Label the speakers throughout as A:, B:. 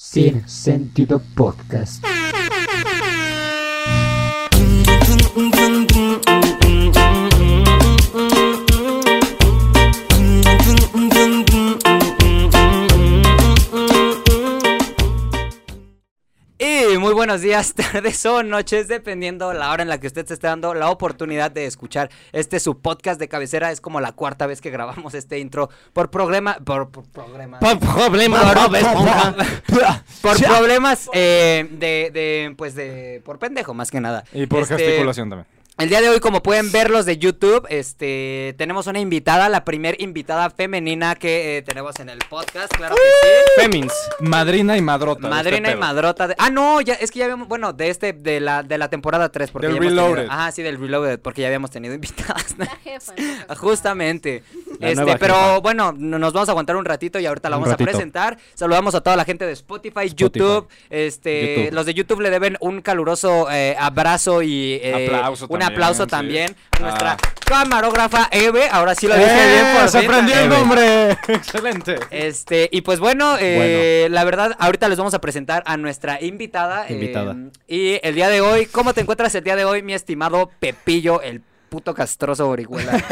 A: Sin Sentido Podcast.
B: Y muy buenos días, tardes o noches, dependiendo la hora en la que usted se esté dando la oportunidad de escuchar este su podcast de cabecera. Es como la cuarta vez que grabamos este intro por programa. Por, por programa.
C: Por problemas, Bob Esponja.
B: Por
C: Ya.
B: problemas eh, de, de, pues de, por pendejo más que nada.
D: Y por
B: Este,
D: gesticulación también.
B: El día de hoy, como pueden ver los de YouTube, este, tenemos una invitada, la primer invitada femenina que eh, tenemos en el podcast, claro
D: ¡Uh!
B: que sí.
D: Femins, madrina y madrota. de
B: Madrina
D: este
B: y
D: pedo.
B: madrota. de- Ah, no, ya, es que ya habíamos. Bueno, de este, de la, de la temporada 3. Porque
D: Del
B: ya hemos
D: Reloaded.
B: Tenido, ah, sí, del Reloaded, porque ya habíamos tenido invitadas.
E: La jefa. en pocas palabras.
B: Justamente.
C: La
B: este,
C: nueva
B: pero
C: jefa.
B: bueno, no- nos vamos a aguantar un ratito y ahorita la
D: Un
B: vamos a
D: ratito.
B: presentar. Saludamos a toda la gente de Spotify,
D: Spotify.
B: YouTube. Este,
D: YouTube.
B: los de YouTube le deben un caluroso eh, abrazo y eh,
D: Aplauso
B: un
D: también,
B: aplauso
D: sí.
B: también a nuestra
D: Ah.
B: camarógrafa Eve. Ahora sí lo dije
D: ¡Eh!
B: bien por
D: ¡Se
B: fin.
D: aprendió el
B: Eve.
D: nombre! ¡Excelente!
B: Este, y pues bueno, eh, la verdad, ahorita les vamos a presentar a nuestra invitada. eh,
C: Invitada.
B: y el día de hoy, ¿cómo te encuentras el día de hoy, mi estimado Pepillo, el puto castroso orihuela?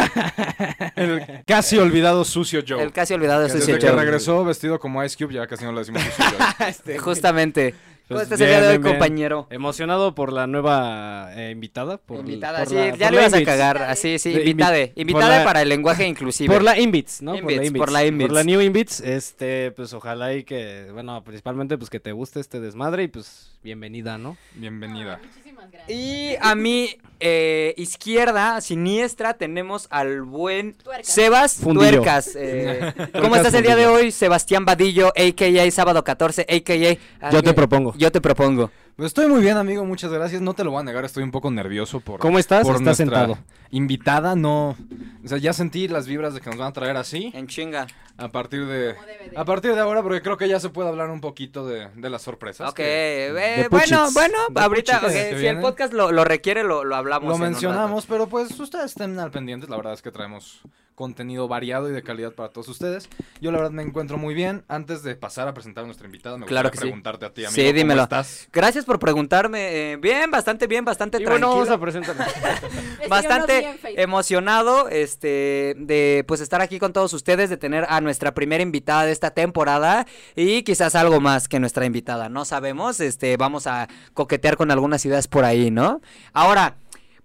D: El casi olvidado sucio Joe.
B: el casi olvidado de
D: Que
B: su
D: desde que
B: sitio.
D: regresó vestido como Ice Cube, ya casi no le decimos sucio Joe.
B: Justamente. ¿Cómo
C: Pues
B: estás el día
C: bien,
B: de hoy,
C: bien, bien.
B: compañero?
C: Emocionado por la nueva eh, invitada. Por
B: invitada,
C: por
B: sí,
C: la-
B: ya
C: por
B: le
C: la
B: ibas a
C: Invits.
B: cagar. Así, sí,
C: De invi-
B: invitade.
C: por
B: Invitade
C: la-
B: para el lenguaje inclusive.
C: Por la Invits, ¿no? por la
B: Invits,
C: Invits.
B: por la Invits.
C: Por la New Invits. Este, pues ojalá y que, bueno, principalmente pues que te guste este desmadre y pues bienvenida, ¿no?
D: Bienvenida.
E: No, muchísimas gracias.
B: Y a mi eh, izquierda, siniestra, tenemos al buen
E: Tuercas.
B: Sebas
C: Fundillo.
B: Tuercas. eh, ¿Cómo estás el día de hoy, Sebastián Vadillo, a.k.a. Sábado 14, a.k.a.
C: Yo
B: propongo.
C: te propongo.
B: Yo te propongo.
D: Pues estoy muy bien, amigo, muchas gracias. No te lo voy a negar, estoy un poco nervioso por.
C: ¿Cómo estás?
D: por
C: Estás
D: nuestra
C: sentado.
D: Invitada, no. O sea, ya sentí las vibras de que nos van a traer así.
B: En chinga.
D: A partir de.
E: Como debe de.
D: A partir de ahora, porque creo que ya se puede hablar un poquito de, de las sorpresas.
B: Ok,
D: que-
B: eh,
C: de
B: bueno,
C: puchits.
B: bueno,
D: De
B: ahorita,
D: puchits.
B: ok,
D: Que
B: si el
D: vienen.
B: podcast lo, lo requiere, lo, lo hablamos.
D: Lo
B: en un
D: mencionamos, pero pues ustedes estén al pendiente. La verdad es que traemos contenido variado y de calidad para todos ustedes. Yo la verdad me encuentro muy bien. Antes de pasar a presentar a nuestra invitada, me
B: Claro
D: gustaría
B: que sí.
D: preguntarte a ti, amigo.
B: Sí,
D: ¿cómo
B: dímelo.
D: estás?
B: rato. Gracias por preguntarme. eh, bien, bastante bien, bastante
C: Y bueno,
B: tranquilo.
C: vamos a presentarnos.
F: Este,
E: Escribió unos
B: bastante em,
E: bien feos.
B: emocionado este de pues estar aquí con todos ustedes de tener a nuestra primera invitada de esta temporada y quizás algo más que nuestra invitada no sabemos este vamos a coquetear con algunas ideas por ahí no ahora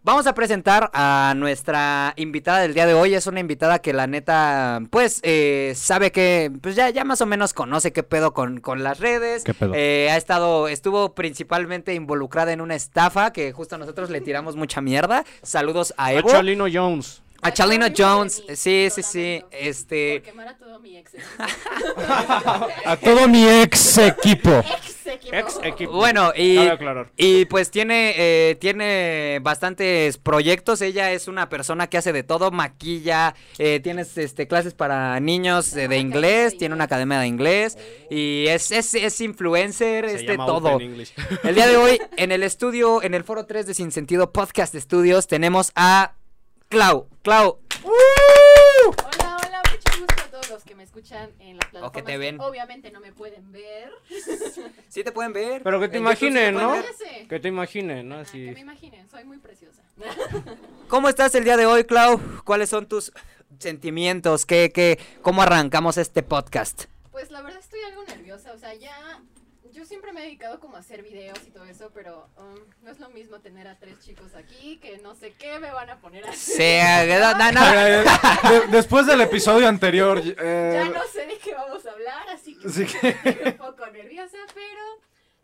B: Vamos a presentar a nuestra invitada del día de hoy. Es una invitada que la neta, pues, eh, sabe que, pues ya, ya más o menos conoce qué pedo con, con las redes.
C: ¿Qué pedo?
B: Eh, ha estado, estuvo principalmente involucrada en una estafa que justo nosotros le tiramos mucha mierda. Saludos a Evo.
C: Cholino Jones.
B: A
E: Ay,
B: Chalino
E: no, no,
B: Jones.
E: no, no,
B: Sí,
E: no,
B: sí,
E: no,
B: sí.
E: no, no. Por
B: Este.
E: quemar a todo mi ex.
C: A todo mi ex equipo.
E: ex equipo.
C: Ex equipo.
B: Oh. Bueno, y.
C: Cabe aclarar.
B: Y pues tiene, eh, tiene bastantes proyectos. Ella es una persona que hace de todo, maquilla, eh, tiene este, clases para niños eh, de
E: Una
B: inglés,
E: academia de
B: tiene una
E: inglés.
B: academia de inglés y es, es, es influencer,
C: Se
B: es de
C: llama
B: todo.
C: Open English.
B: El día de hoy, en el estudio, en el foro 3 de Sin Sentido Podcast Studios, tenemos a Clau. Clau,
E: Hola, hola, mucho gusto a todos los que me escuchan en las plataformas.
B: te ven.
E: obviamente no me pueden ver.
B: sí te pueden ver.
C: Pero que te
B: En YouTube
C: imaginen,
B: sí te pueden
C: ¿no?
E: Bueno,
B: ver.
E: ya sé.
C: Que te imaginen, ¿no?
E: Ah,
C: Así.
E: Que me imaginen, soy muy preciosa.
B: ¿Cómo estás el día de hoy, Clau? ¿Cuáles son tus sentimientos? ¿Qué, qué, ¿Cómo arrancamos este podcast?
E: Pues la verdad estoy algo nerviosa, o sea, ya... Yo siempre me he dedicado como a hacer videos y todo eso, pero um, no es lo mismo tener a tres chicos aquí que no sé qué me van a poner así.
B: Sí, no, no, no.
D: Eh, de- después del episodio anterior. eh,
E: Ya no sé de qué vamos a hablar, así que
D: Así que-
E: estoy un poco nerviosa, pero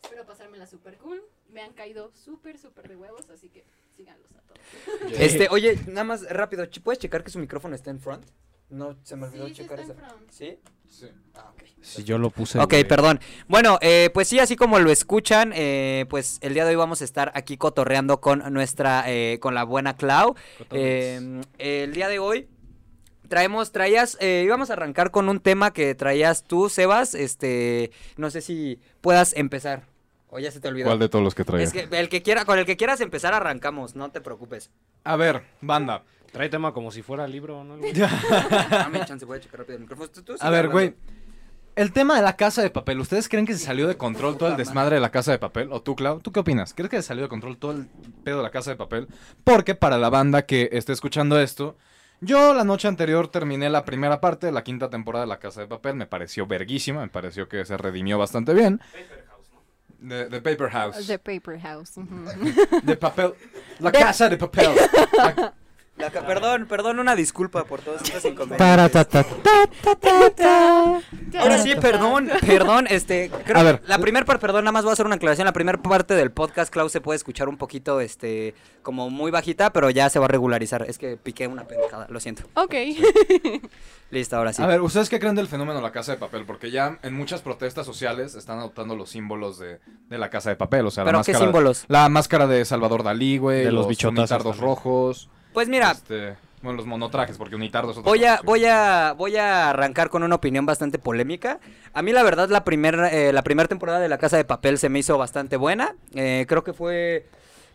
E: espero pasármela súper cool. Me han caído súper, súper de huevos, así que síganlos a todos.
B: Este, oye, nada más rápido, ¿ch- ¿puedes checar que su micrófono está en front? No, se me olvidó
E: Sí, sí
B: checar
E: está en
B: eso.
E: front.
B: ¿Sí?
D: Sí.
B: Ah, ok.
C: Si yo lo puse.
B: Ok, perdón. Bueno, eh, pues sí, así como lo escuchan, eh, pues el día de hoy vamos a estar aquí cotorreando con nuestra, eh, con la buena Clau. Eh, el día de hoy traemos, traías, eh, íbamos a arrancar con un tema que traías tú, Sebas. Este, no sé si puedas empezar. O ya se te olvidó.
D: ¿Cuál de todos los que traía?
B: es que el que quiera, con el que quieras empezar arrancamos, no te preocupes.
D: A ver, banda.
C: Trae tema como si fuera libro, ¿no?
B: Dame chance, voy a checar rápido el micrófono. Tú- tú sigue
D: A ver,
B: hablando.
D: güey. El tema de la casa de papel, ¿ustedes creen que se salió de control todo el desmadre de la casa de papel? ¿O tú, Clau? ¿Tú qué opinas? ¿Crees que se salió de control todo el pedo de la casa de papel? Porque para la banda que esté escuchando esto, yo la noche anterior terminé la primera parte de la quinta temporada de la casa de papel. Me pareció verguísima, me pareció que se redimió bastante bien. De, de Paper House.
E: The Paper House.
D: De papel. La casa de papel. La-
B: La ca- perdón, perdón, una disculpa por todos estos inconvenientes.
A: Taratata.
B: Ahora sí, perdón, perdón, este, creo-
D: A ver.
B: la primera parte, perdón, nada más voy a hacer una aclaración, la primera parte del podcast, Klaus, se puede escuchar un poquito, este, como muy bajita, pero ya se va a regularizar, es que piqué una pendejada, lo siento,
E: Ok.
B: listo, ahora sí.
D: A ver, ¿ustedes qué creen del fenómeno de la casa de papel? Porque ya en muchas protestas sociales están adoptando los símbolos de, de la casa de papel. O sea,
B: ¿Pero
D: la
B: qué
D: máscara,
B: símbolos?
D: La máscara de Salvador Dalí, güey.
C: De los
D: los
C: bichotazos
D: unitardos
C: también.
D: rojos.
B: Pues mira,
D: este, bueno, los monotrajes, porque unitardos es otra
B: Voy a,
D: cosa, sí.
B: voy, a, voy a arrancar con una opinión bastante polémica. A mí, la verdad, la primera la primera temporada de La Casa de Papel se me hizo bastante buena. Eh, creo que fue.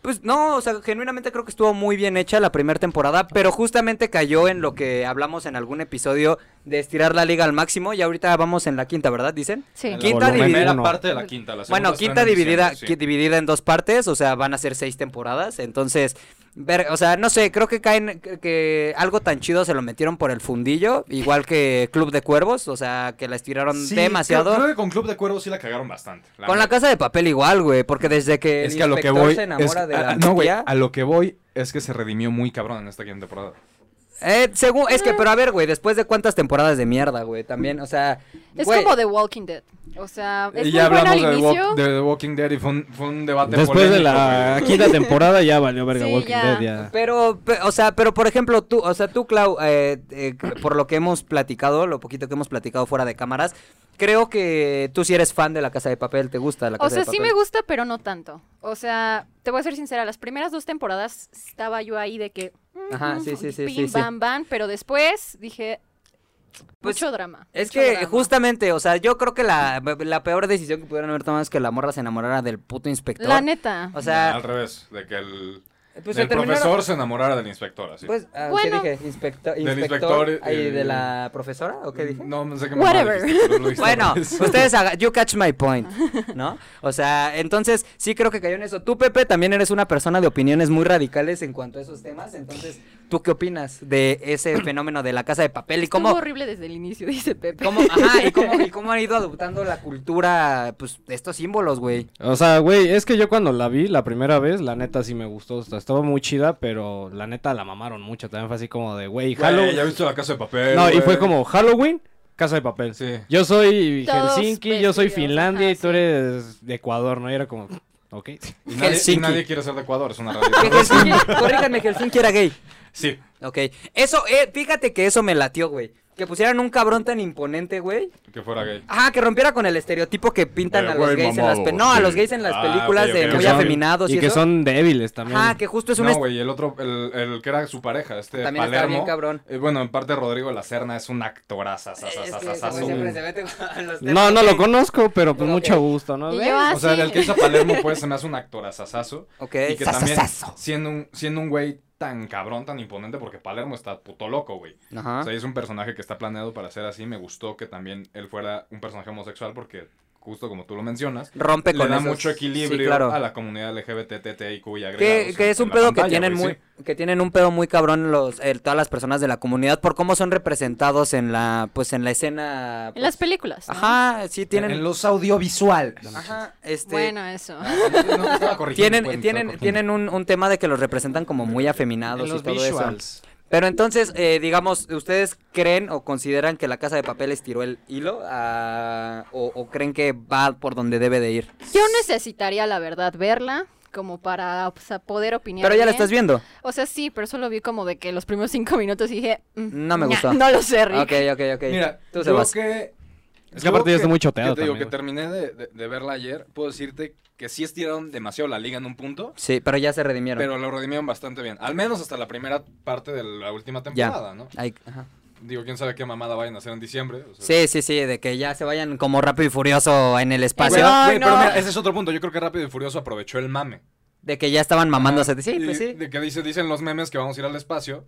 B: Pues no, o sea, genuinamente creo que estuvo muy bien hecha la primera temporada, pero justamente cayó en lo que hablamos en algún episodio de estirar la liga al máximo. Y ahorita vamos en la quinta, ¿verdad? Dicen.
E: Sí.
D: En la
B: Quinta
D: primera
B: dividida.
C: uno.
D: parte de la quinta. la segunda
B: Bueno,
D: estrena
B: quinta
D: en
B: dividida,
D: diciembre,
B: qui- dividida en dos partes, o sea, van a ser seis temporadas. Entonces, ver, o sea, no sé, creo que caen, que- que algo tan chido se lo metieron por el fundillo, igual que Club de Cuervos, o sea, que la estiraron
D: sí. Sí,
B: demasiado.
D: Creo, creo que con Club de Cuervos sí la cagaron bastante. la
B: Con la
D: neta.
B: casa de papel igual, güey, porque desde que
D: Es
B: el
D: que a lo que
B: inspector
D: voy.
B: se
D: es-
B: enamora de la
D: a- no, güey.
B: tía-
D: A lo que voy es que se redimió muy cabrón en esta quinta temporada.
B: Eh, según, es que, pero a ver, güey, después de cuántas temporadas de mierda, güey, también, o sea,
E: Es
B: güey,
E: como The Walking Dead. O sea, es
D: y
E: muy
D: ya
E: bueno al
D: hablamos de, The Walk-
E: inicio.
D: de The Walking Dead y fue un, fue un debate
C: Después de
D: polémico,
C: la
D: güey.
C: quinta temporada ya valió verga
E: Sí,
C: Walking
E: ya.
C: Dead. Ya.
B: Pero, pe- o sea, pero por ejemplo, tú, o sea, tú, Clau, eh, eh, por lo que hemos platicado, lo poquito que hemos platicado fuera de cámaras, creo que tú sí eres fan de La Casa de Papel, te gusta La Casa
E: O sea,
B: de Papel.
E: sí me gusta, pero no tanto. O sea, te voy a ser sincera, las primeras dos temporadas estaba yo ahí de que... mm,
B: Ajá,
E: mm,
B: sí, sí, sí,
E: pim,
B: sí, sí.
E: bam, bam, pero después dije...
B: Pues,
E: mucho drama.
B: Es
E: mucho
B: que
E: drama.
B: justamente, o sea, yo creo que la, la peor decisión que pudieron haber tomado es que la morra se enamorara del puto inspector.
E: La neta.
B: O sea,
D: Al revés, de que el,
B: pues se
D: del
B: terminaron-
D: profesor se enamorara del inspector, así.
B: Pues, ah,
E: Bueno.
B: ¿qué dije? Inspector,
D: Del
B: inspector,
D: inspector,
B: ahí,
D: eh,
B: ¿De la profesora o qué dije?
D: No, no sé qué
E: Whatever.
D: mamada dijiste, pero lo dijiste
B: Bueno,
D: al revés.
B: ustedes haga- you catch my point, ¿no? O sea, entonces sí creo que cayó en eso. Tú, Pepe, también eres una persona de opiniones muy radicales en cuanto a esos temas. Entonces, ¿tú qué opinas de ese fenómeno de la casa de papel y
E: Estuvo
B: cómo,
E: horrible desde el inicio, dice Pepe.
B: cómo, ajá, y cómo, y cómo han ido adoptando la cultura, pues, de estos símbolos, güey?
C: O sea, güey, es que yo cuando la vi la primera vez, la neta sí me gustó. o sea, estaba muy chida, pero la neta la mamaron mucho. También fue así como de, güey,
D: Güey, ya
C: Halloween.
D: viste la casa de papel.
C: no, y
D: güey.
C: fue como Halloween, casa de papel.
D: Sí.
C: Yo soy
E: Todos
C: Helsinki, yo soy
E: vestidos,
C: Finlandia
E: ajá,
C: y tú
E: sí.
C: eres de Ecuador, ¿no? Y era como, ok.
D: Y nadie, y
B: Helsinki.
D: nadie quiere ser de Ecuador, es una
B: Que
D: realidad.
B: Helsinki, corríjanme, que Helsinki era gay.
D: sí.
B: Ok, eso, eh, fíjate que eso me latió, güey. Que pusieran un cabrón tan imponente, güey.
D: Que fuera gay.
B: Ah, que rompiera con el estereotipo que pintan
D: Eh,
B: a los
D: güey,
B: gays en las
D: mamado,
B: pe- No, a
D: sí.
B: los gays en las
D: Ah,
B: películas
D: ok,
B: de
D: ok,
B: muy
D: ok.
B: afeminados y,
C: y que
B: eso.
C: son débiles también.
E: Ah,
B: Ajá, que justo es un
D: no,
B: est-
D: güey, el otro, el, el que era su pareja, este
B: También estaba
D: Palermo.
B: bien cabrón.
D: eh, bueno, en parte Rodrigo La Serna es un actoraza, sa, sa,
B: Es
D: sa,
B: que,
D: sa, sa,
B: como
D: sa.
B: siempre, se mete con los
C: No,
B: temas
C: no
B: de-
C: lo conozco, pero pues
B: Pero
C: mucho
B: ok.
C: gusto, ¿no?
E: Y
C: ¿Ves?
E: yo
D: O sea,
E: así.
D: el que hizo a Palermo, pues, se me hace un actorazazazo.
B: Ok.
D: Y que también, siendo un, siendo un güey tan cabrón, tan imponente, porque Palermo está puto loco, güey.
B: Ajá.
D: O sea, y es un personaje que está planeado para ser así. Me gustó que también él fuera un personaje homosexual, porque justo como tú lo mencionas,
B: Rompe
D: le
B: con
D: da
B: esos-
D: mucho equilibrio
B: Sí, claro.
D: a la comunidad LGBTTIQ y
B: que,
D: agregados
B: que
D: en-
B: es un
D: en la
B: pedo que
D: pantalla,
B: tienen
D: güey,
B: muy
D: sí.
B: que tienen un pedo muy cabrón los el- todas las personas de la comunidad por cómo son representados en la pues en la escena
E: En
B: pues,
E: las películas. ¿no?
B: ajá sí tienen
D: En los audiovisuales.
B: ajá este
E: Bueno, eso.
D: No, no, estaba corrigiendo, güey, me
B: tienen tienen
D: estaba
B: tienen un, un tema de que los representan como muy afeminados y todo eso
C: visuals.
B: Pero entonces, eh, digamos, ¿ustedes creen o consideran que la casa de papel estiró el hilo? Ah, o, o creen que va por donde debe de ir?
E: Yo necesitaría, la verdad, verla como para o sea, poder opinar.
B: Pero ya la
E: bien.
B: estás viendo.
E: O sea, sí, pero solo vi como de que los primeros cinco minutos y dije... mm,
B: No me
E: ña,
B: gustó.
E: No lo sé, Rick.
B: Ok, ok, ok.
D: Mira,
B: tú se
D: yo
B: vas.
D: que...
C: Es que
D: yo
C: aparte ya está muy choteado
D: que te digo,
C: también,
D: que terminé de, de- de verla ayer. Puedo decirte que sí estiraron demasiado la liga en un punto,
B: Sí, pero ya se redimieron.
D: pero lo redimieron bastante bien. Al menos hasta la primera parte de la última temporada, ¿no?
B: Ay, ajá.
D: Digo, quién sabe qué mamada vayan a hacer en diciembre. o sea.
B: Sí, sí, sí, de que ya se vayan como rápido y furioso en el espacio.
D: Güey,
E: Ay,
D: güey,
E: no.
D: pero mira, ese es otro punto. Yo creo que Rápido y Furioso aprovechó el mame.
B: De que ya estaban mamándose.
D: Ajá.
B: Sí, pues
D: Y
B: sí.
D: De que dice, dicen los memes que vamos a ir al espacio.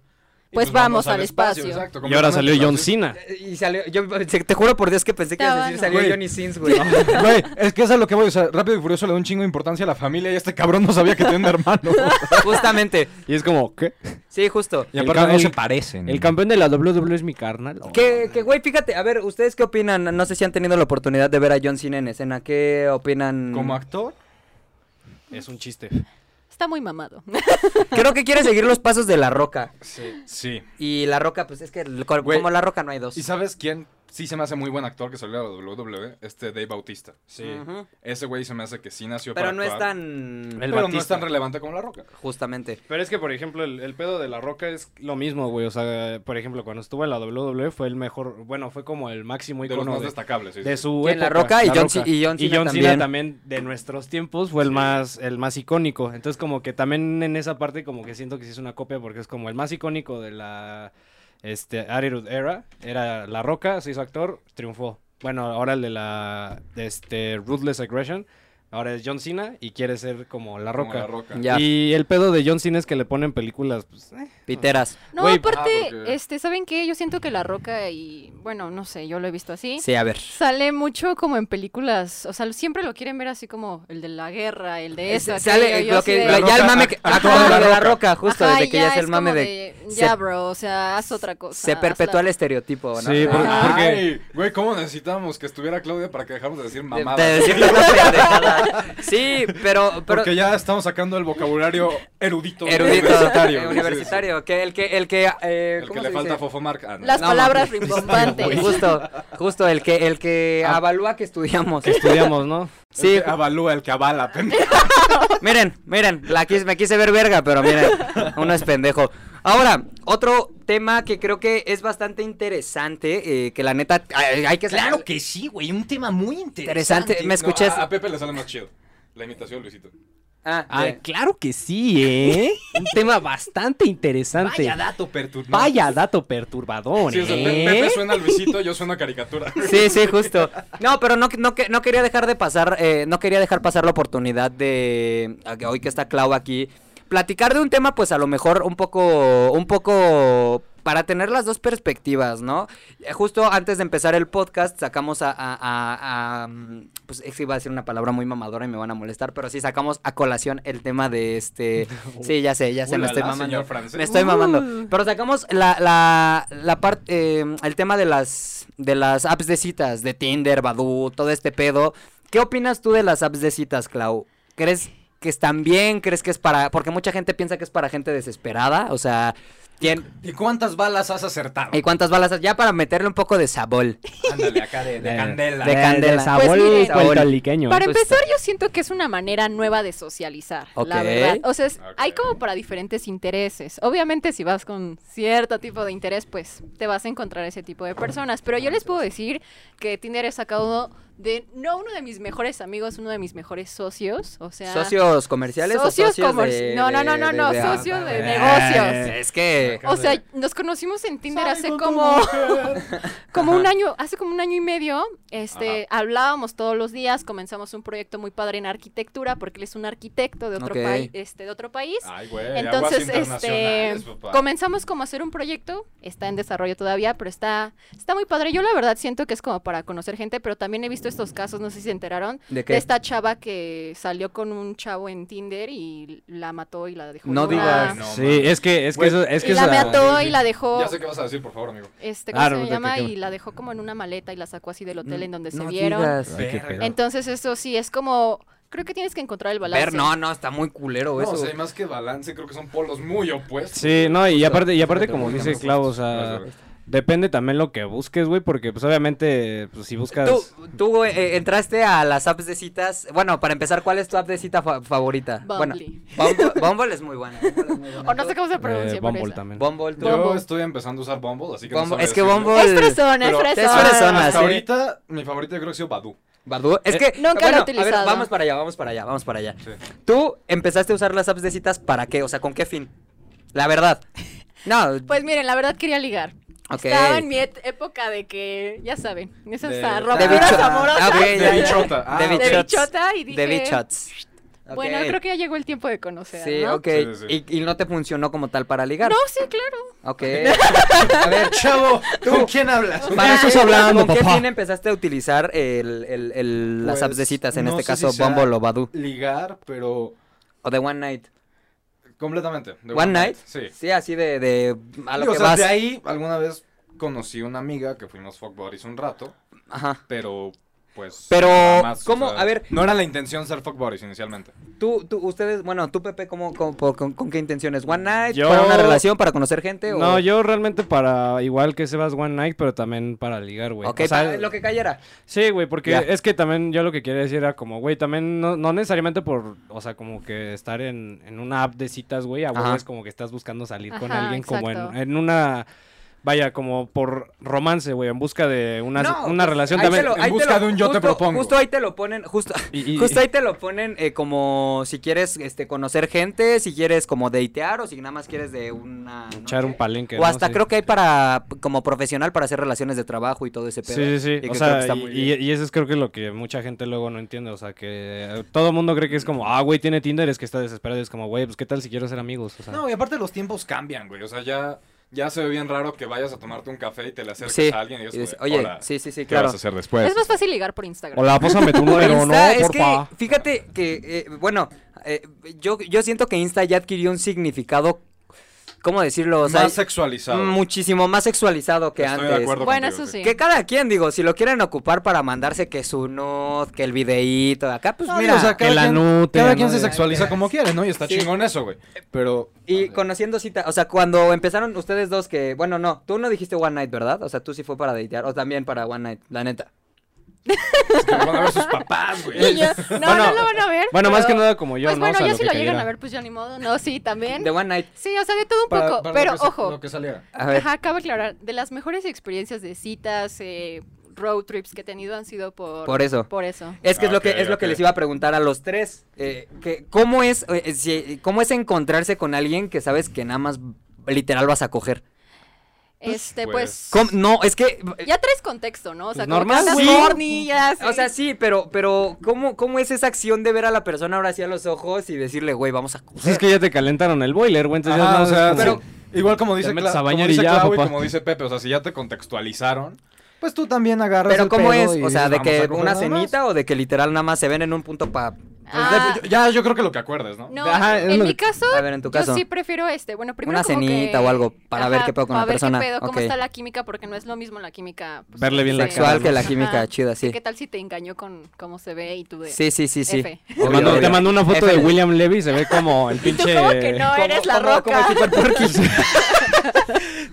D: Y
F: Pues vamos al espacio.
D: exacto,
C: Y ahora salió John
D: completamente.
C: Cena.
B: Y salió, yo te juro por Dios que pensé que ibas a decir
F: Estaba,
D: ¿no?
B: salió
D: Güey.
B: Johnny Sins, güey.
D: Güey, es que eso es lo que voy. O sea, Rápido y Furioso le da un chingo de importancia a la familia y este cabrón no sabía que tenía un hermano.
B: Justamente.
C: Y es como, ¿qué?
B: Sí, justo.
D: Y
C: El
D: aparte
C: ca-
D: no
C: el-
D: se parecen.
C: El campeón de la WWE es mi carnal.
B: Que, que, güey, fíjate, a ver, ¿ustedes qué opinan? No sé si han tenido la oportunidad de ver a John Cena en escena. ¿Qué opinan?
D: Como actor,
C: Es un chiste.
F: Está muy mamado.
B: Creo que quiere seguir los pasos de La Roca.
D: sí.
B: Y La Roca, pues es que el- co-
D: Güey.
B: como La Roca no hay dos.
D: ¿Y sabes quién sí se me hace muy buen actor que salió a la WWE? Este Dave Bautista. Sí.
B: Ujú.
D: Ese güey se me hace que sí nació
B: Pero
D: para
B: no es
D: actuar,
B: tan...
C: El
D: Pero no es
C: Bautista.
D: tan relevante como La Roca.
B: Justamente.
C: Pero es que, por ejemplo, el, el pedo de La Roca es lo mismo, güey. O sea, por ejemplo, cuando estuvo en la WWE fue el mejor, bueno, fue como el máximo
D: de los
C: icono
D: más
C: de,
D: destacables, sí.
C: de
D: sí.
C: su
B: ¿Quién, La
C: época,
B: Roca? Y John C- y John Cena también.
C: de nuestros tiempos fue el más el más icónico. Entonces como que también en esa parte como que siento que sí es una copia porque es como el más icónico de la este Attitude Era era La Roca, se hizo actor, triunfó. Bueno, ahora el de la de este Ruthless Aggression, ahora es John Cena y quiere ser como La
D: Como
C: Roca.
D: La Roca.
B: Ya,
C: Y el pedo de John Cena es que le ponen películas pues, eh,
B: piteras.
F: No,
C: Güey,
F: aparte,
D: ah, porque-
F: este, ¿saben qué? Yo siento que La Roca y, bueno, no sé, yo lo he visto así.
B: Sí, a ver.
F: Sale mucho como en películas, o sea, siempre lo quieren ver así como el de la guerra, el de eso.
B: Se-
F: aquello,
B: Eh, Sale
F: yo
B: lo
F: así
B: que,
F: de-
B: lo- ya el
D: La
B: mame
D: Roca
B: que
D: actuando
B: actuaba
D: en La
B: de la
D: Roca.
B: roca, justo,
F: Ajá,
B: desde que ya es el
F: como
B: mame de...
F: de,
B: se-
F: Ya, bro, o sea, haz otra cosa.
B: Se
F: hazla".
B: perpetúa el estereotipo, ¿no?
C: Sí, por-
B: Ah,
C: porque-
D: Ay, güey, ¿cómo necesitábamos que estuviera Claudia para que dejáramos de decir
B: de-
D: mamadas?
B: de decir tanta pendejada. Sí, pero... pero
D: Porque ya estamos sacando el vocabulario erudito.
B: erudito
D: Universitario.
B: eh,
D: sí, sí, sí.
B: universitario, que el que el que eh,
D: El
B: ¿cómo
D: que le
B: se
D: falta
B: dice?
D: Fofomark. Ah, no.
F: Las
B: No,
F: palabras
B: mames.
F: rimbombantes.
B: Justo, justo el que el que
C: Ah.
B: avalúa que estudiamos.
C: estudiamos, ¿no?
B: Sí,
D: El que avalúa, el que avala, pendejo.
B: miren, miren, la quis- me quise ver verga, pero miren, uno es pendejo. Ahora, otro tema que creo que es bastante interesante, eh, que la neta ay, hay que
G: Claro que sí, güey. Un tema muy interesante.
B: interesante. Me escuché.
D: No, ah, a, a Pepe le sale más chido. La imitación, de Luisito.
B: Ah, bien.
G: claro que sí, ¿eh?
C: Un tema bastante interesante.
G: Vaya dato perturbador.
C: Vaya dato perturbador,
D: Sí, o sea, Pe-
C: ¿eh?
D: Pepe suena a Luisito, yo sueno a caricatura.
B: Sí, sí, justo. No, pero no, no, que- no quería dejar de pasar, eh, no quería dejar pasar la oportunidad de, a que hoy que está Clau aquí, platicar de un tema, pues a lo mejor un poco, un poco, para tener las dos perspectivas, ¿no? Eh, Justo antes de empezar el podcast sacamos a, a- a- a, mm, pues es que iba a decir una palabra muy mamadora y me van a molestar, pero sí sacamos a colación el tema de este, sí, ya sé, ya sé, me
D: Ulala,
B: estoy mamando.
D: señor francés.
B: Me estoy
F: Uh.
B: mamando. Pero sacamos la, la, la parte, el tema de las, de las apps de citas, de Tinder, Badoo, todo este pedo. ¿Qué opinas tú de las apps de citas, Clau? ¿Crees que están bien? ¿Crees que es para...? Porque mucha gente piensa que es para gente desesperada, o sea... ¿Quién?
D: ¿Y cuántas balas has acertado?
B: ¿Y cuántas balas? Ya para meterle un poco de sabor.
D: Ándale, acá de, de
C: Eh,
D: candela.
B: de- candela.
C: sabor
F: Pues miren,
C: puertorriqueño.
F: Para
B: Pues
F: empezar, yo siento que es una manera nueva de socializar,
B: Ok.
F: la verdad. O sea, es-
D: Ok.
F: hay como para diferentes intereses. Obviamente, si vas con cierto tipo de interés, pues te vas a encontrar ese tipo de personas. Pero yo les puedo decir que Tinder es sacado de, no uno de mis mejores amigos, uno de mis mejores socios. O sea,
B: ¿Socios comerciales
F: socios
B: o socios
F: comer-
B: de-
F: No, no,
B: de-
F: no, no,
B: de-
F: no,
B: de- ah,
F: socios de
C: eh,
F: negocios.
B: Es que...
F: O sea, nos conocimos en Tinder
D: Sale
F: hace
D: con tu
F: como
D: mujer.
F: como un año, hace como un año y medio, este, hablábamos todos los días, comenzamos un proyecto muy padre en arquitectura, porque él es un arquitecto de otro
B: Ok.
F: país, este, de otro país.
D: Ay, güey,
F: Entonces, este,
D: Come...
F: comenzamos como a hacer un proyecto, está en desarrollo todavía, pero está, está muy padre. Yo la verdad siento que es como para conocer gente, pero también he visto estos casos, no sé si se enteraron,
B: ¿De
F: de
B: qué?
F: esta chava que salió con un chavo en Tinder y la mató y la dejó.
B: No digas.
F: viuda,
D: Ah, No,
C: Sí,
D: mames.
C: es que es que
D: Güey,
C: eso- es
F: Y
C: que
F: la
C: esa-
F: mató y la dejó
D: Ya sé qué vas a decir, por favor, amigo.
F: este, ¿cómo
C: Ah,
F: se
C: no, de que
F: llama?
C: quema.
F: Y la dejó como en una maleta y la sacó así del hotel en donde se
B: Mm, No
F: vieron.
B: digas.
C: Ay, qué pedo.
F: Entonces, eso sí, es como, creo que tienes que encontrar el balance.
B: Ver, no, no, está muy culero
D: No,
B: eso.
D: o sea, y más que balance, creo que son polos muy opuestos.
C: Sí, no, y aparte, y aparte como
D: Muy
C: dice
D: opuestos.
C: Clau, o sea,
D: Gracias,
C: depende también lo que busques, güey, porque pues obviamente pues, si buscas
B: Tú, tú eh, entraste a las apps de citas. Bueno, para empezar, ¿cuál es tu app de cita fa- favorita?
F: Bumble.
B: Bueno, Bumble, Bumble es muy buena. Bumble es muy buena.
F: O no sé cómo se pronuncia.
C: eh,
F: pero
C: Bumble
F: esa.
C: también.
B: Bumble, tú-
D: Yo
F: Bumble.
D: estoy empezando a usar Bumble, así que
B: Bumble-
D: no sabría
B: es que
D: decirle.
B: Bumble...
F: Es fresona,
D: Pero-
F: es
B: es
F: fresona.
B: fresona.
D: Hasta
B: sí.
D: ahorita, mi favorita yo creo que ha sido Badu.
B: Badoo, Es que
F: Nunca
B: bueno,
F: la he
B: A
F: utilizado.
B: ver, vamos para allá, vamos para allá, vamos para allá.
D: Sí.
B: Tú empezaste a usar las apps de citas para qué? O sea, ¿con qué fin? La verdad. No,
F: Pues miren, la verdad quería ligar.
B: ok.
F: Estaba en mi et- época de que, ya saben, esas
D: De-
F: ah,
D: de
F: romperas
B: bicho-
F: amorosas.
B: ah, ok,
D: De
B: ya, ya.
D: bichota. Ah,
B: De
F: De
B: bichots.
F: bichota y dije,
B: De bichots.
F: Bueno,
B: Ok.
F: creo que ya llegó el tiempo de conocer.
B: Sí,
F: ¿no?
B: ok.
D: Sí, sí, sí.
B: Y, y no te funcionó como tal para ligar.
F: No, sí, claro.
B: Ok.
D: A ver, chavo, ¿con quién hablas?
B: Para-
A: estás hablando,
B: ¿Con qué
A: papá?
B: fin empezaste a utilizar el, el- el- las
D: Pues,
B: apps de citas? En
D: no
B: este
D: sé si
B: caso,
D: sea-
B: Bumble o Badoo.
D: Ligar, pero
B: O de One Night.
D: completamente. de
B: ¿One Night?
D: Sí.
B: Sí, así de, de a lo
D: Digo,
B: que
D: o sea,
B: vas.
D: de ahí alguna vez conocí una amiga que fuimos fuckbuddies un rato,
B: Ajá.
D: pero pues...
B: Pero,
D: nada más,
B: ¿cómo? A ver.
D: No era la intención ser fuckbuddies inicialmente.
B: Tú, tú, ustedes, bueno, tú, Pepe, ¿cómo, cómo- por- con, con qué intenciones? ¿One Night?
C: Yo-
B: ¿Para una relación? ¿Para conocer gente? o-
C: No, yo realmente para igual que Sebas One Night, pero también para ligar, güey.
B: Ok,
C: O sea,
B: para lo que cayera.
C: Sí, güey, porque
B: Ya.
C: es que también yo lo que quería decir era como, güey, también no, no necesariamente por, o sea, como que estar en, en una app de citas, güey, a huevo
B: Ajá.
C: es como que estás buscando salir con
F: Ajá,
C: alguien como en,
F: exacto.
C: en una, vaya, como por romance, güey, en busca de una,
B: No,
C: una
B: pues,
C: relación
B: ahí
C: también.
B: te lo-
D: en
B: ahí te
D: busca
B: lo-
D: de un yo te
B: justo-
D: propongo.
B: Justo ahí te lo ponen, justo,
C: Y- y-
B: justo ahí te lo ponen eh, como si quieres este, conocer gente, si quieres como datear o si nada más quieres de una...
C: Echar un
B: noche.
C: palenque.
B: O hasta
C: creo
B: creo que hay para, como profesional, para hacer relaciones de trabajo y todo ese pedo.
C: Sí, sí,
B: Y
C: sí.
B: que
C: O
B: creo
C: sea,
B: que está
C: y,
B: muy bien.
C: y- y eso es creo que lo que mucha gente luego no entiende. O sea, que eh, todo el mundo cree que es como, ah, güey, tiene Tinder, es que está desesperado. y Es como, güey, pues qué tal si quiero ser amigos. O sea,
D: No, y aparte los tiempos cambian, güey. O sea, ya, ya se ve bien raro que vayas a tomarte un café y te le acerques
B: Sí.
D: a alguien y digas,
B: Y dices,
D: güey,
B: Oye,
D: hola,
B: sí, sí, sí,
D: ¿qué
B: claro.
D: vas a hacer después?
F: Es más fácil ligar por Instagram.
C: Hola, pásame tu número, ¿no?
B: Insta, es
C: Porfa.
B: que, fíjate que, eh, bueno, eh, yo, yo siento que Insta ya adquirió un significado, ¿cómo decirlo? O sea,
D: más sexualizado.
B: muchísimo más sexualizado que
D: Estoy
B: antes.
D: de acuerdo
F: Bueno,
D: contigo,
F: eso sí.
B: Que cada quien, digo, si lo quieren ocupar para mandarse que su nud, que el videíto de acá, pues
D: No,
B: mira.
D: digo, o sea,
C: que la nute,
D: cada
C: ¿no?
D: quien se
C: De-
D: sexualiza como quiere, ¿no? Y está
B: Sí.
D: chingón eso, güey. Pero
B: y conociendo cita, o sea, cuando empezaron ustedes dos que, bueno, no, tú no dijiste One Night, ¿verdad? O sea, tú sí fue para datear, o también para One Night, la neta.
D: es que lo van a ver sus papás,
F: Y
D: güey.
F: yo, no,
C: Bueno,
F: no lo van a ver.
C: Bueno, más que
F: pero-
C: nada como yo,
F: Pues
C: ¿no?
F: bueno,
C: o sea,
F: ya si
C: que
F: lo llegan
C: cayera.
F: a ver, pues ya ni modo. No, sí, también.
B: De One Night,
F: Sí, o sea, de todo un
D: Para-
F: poco.
D: para
F: pero
D: lo que sa-
F: ojo.
D: Lo que saliera.
B: a ver.
F: Ajá, cabe aclarar, de las mejores experiencias de citas, eh, road trips que he tenido han sido por,
B: Por eso.
F: Por eso.
B: Es que es lo que
D: Ok,
B: es lo que
D: ok.
B: les iba a preguntar a los tres. eh, que, ¿Cómo es eh, si- cómo es encontrarse con alguien que sabes que nada más literal vas a coger?
F: Este,
D: pues.
F: pues.
B: ¿Cómo? No, es que eh,
F: Ya traes contexto, ¿no? O sea,
C: Pues
F: como
C: normal,
F: que andas
C: güey.
F: horny, ya, sí.
B: o sea, sí, pero pero ¿cómo cómo es esa acción de ver a la persona ahora sí a los ojos y decirle, "Güey, vamos a
C: Pues es
B: coger"?
C: que ya te calentaron el boiler, güey. Entonces ya
D: Ajá,
C: no,
D: o sea,
C: pero...
D: pero igual como dice,
C: metes
D: Cla-
C: a
D: como
C: bañar
D: dice
C: y ya,
D: Clau y
C: papá.
D: como dice Pepe, o sea, si ya te contextualizaron, pues tú también agarras
B: Pero
D: el
B: ¿cómo
D: pedo
B: es?
D: y
B: O sea,
D: dices, "Vamos
B: de
D: a
B: que
D: coger
B: una
D: nada más".
B: cenita o de que literal nada más se ven en un punto para
D: Pues,
F: Ah,
D: de- Ya, yo creo que lo que acuerdes, ¿no?
F: no,
C: Ajá, es
F: en
C: lo
F: mi
C: que-
F: caso,
B: A ver, en tu caso.
F: yo sí prefiero este. Bueno, primero.
B: Una
F: como que-
B: cenita o algo, para ver qué pedo con
F: para
B: la persona.
F: Ver qué pedo, cómo
B: Ok.
F: está la química, porque no es lo mismo la química. pues,
C: Verle bien la
F: sí.
C: cara,
B: sexual que la
F: Ajá.
B: química chida,
F: Sí,
B: sí.
F: ¿Qué tal si te engañó con cómo se ve y tú de.
B: Sí, sí, sí, sí.
F: F.
C: Te
B: Obvio,
C: mando, te
B: obvio.
C: mando una foto de
B: F-
C: William Levy y se ve como el
F: ¿Y tú
C: pinche.
F: cómo que no
B: ¿Cómo-
F: eres la
B: cómo-
F: roca?
B: cómo es Super Porky?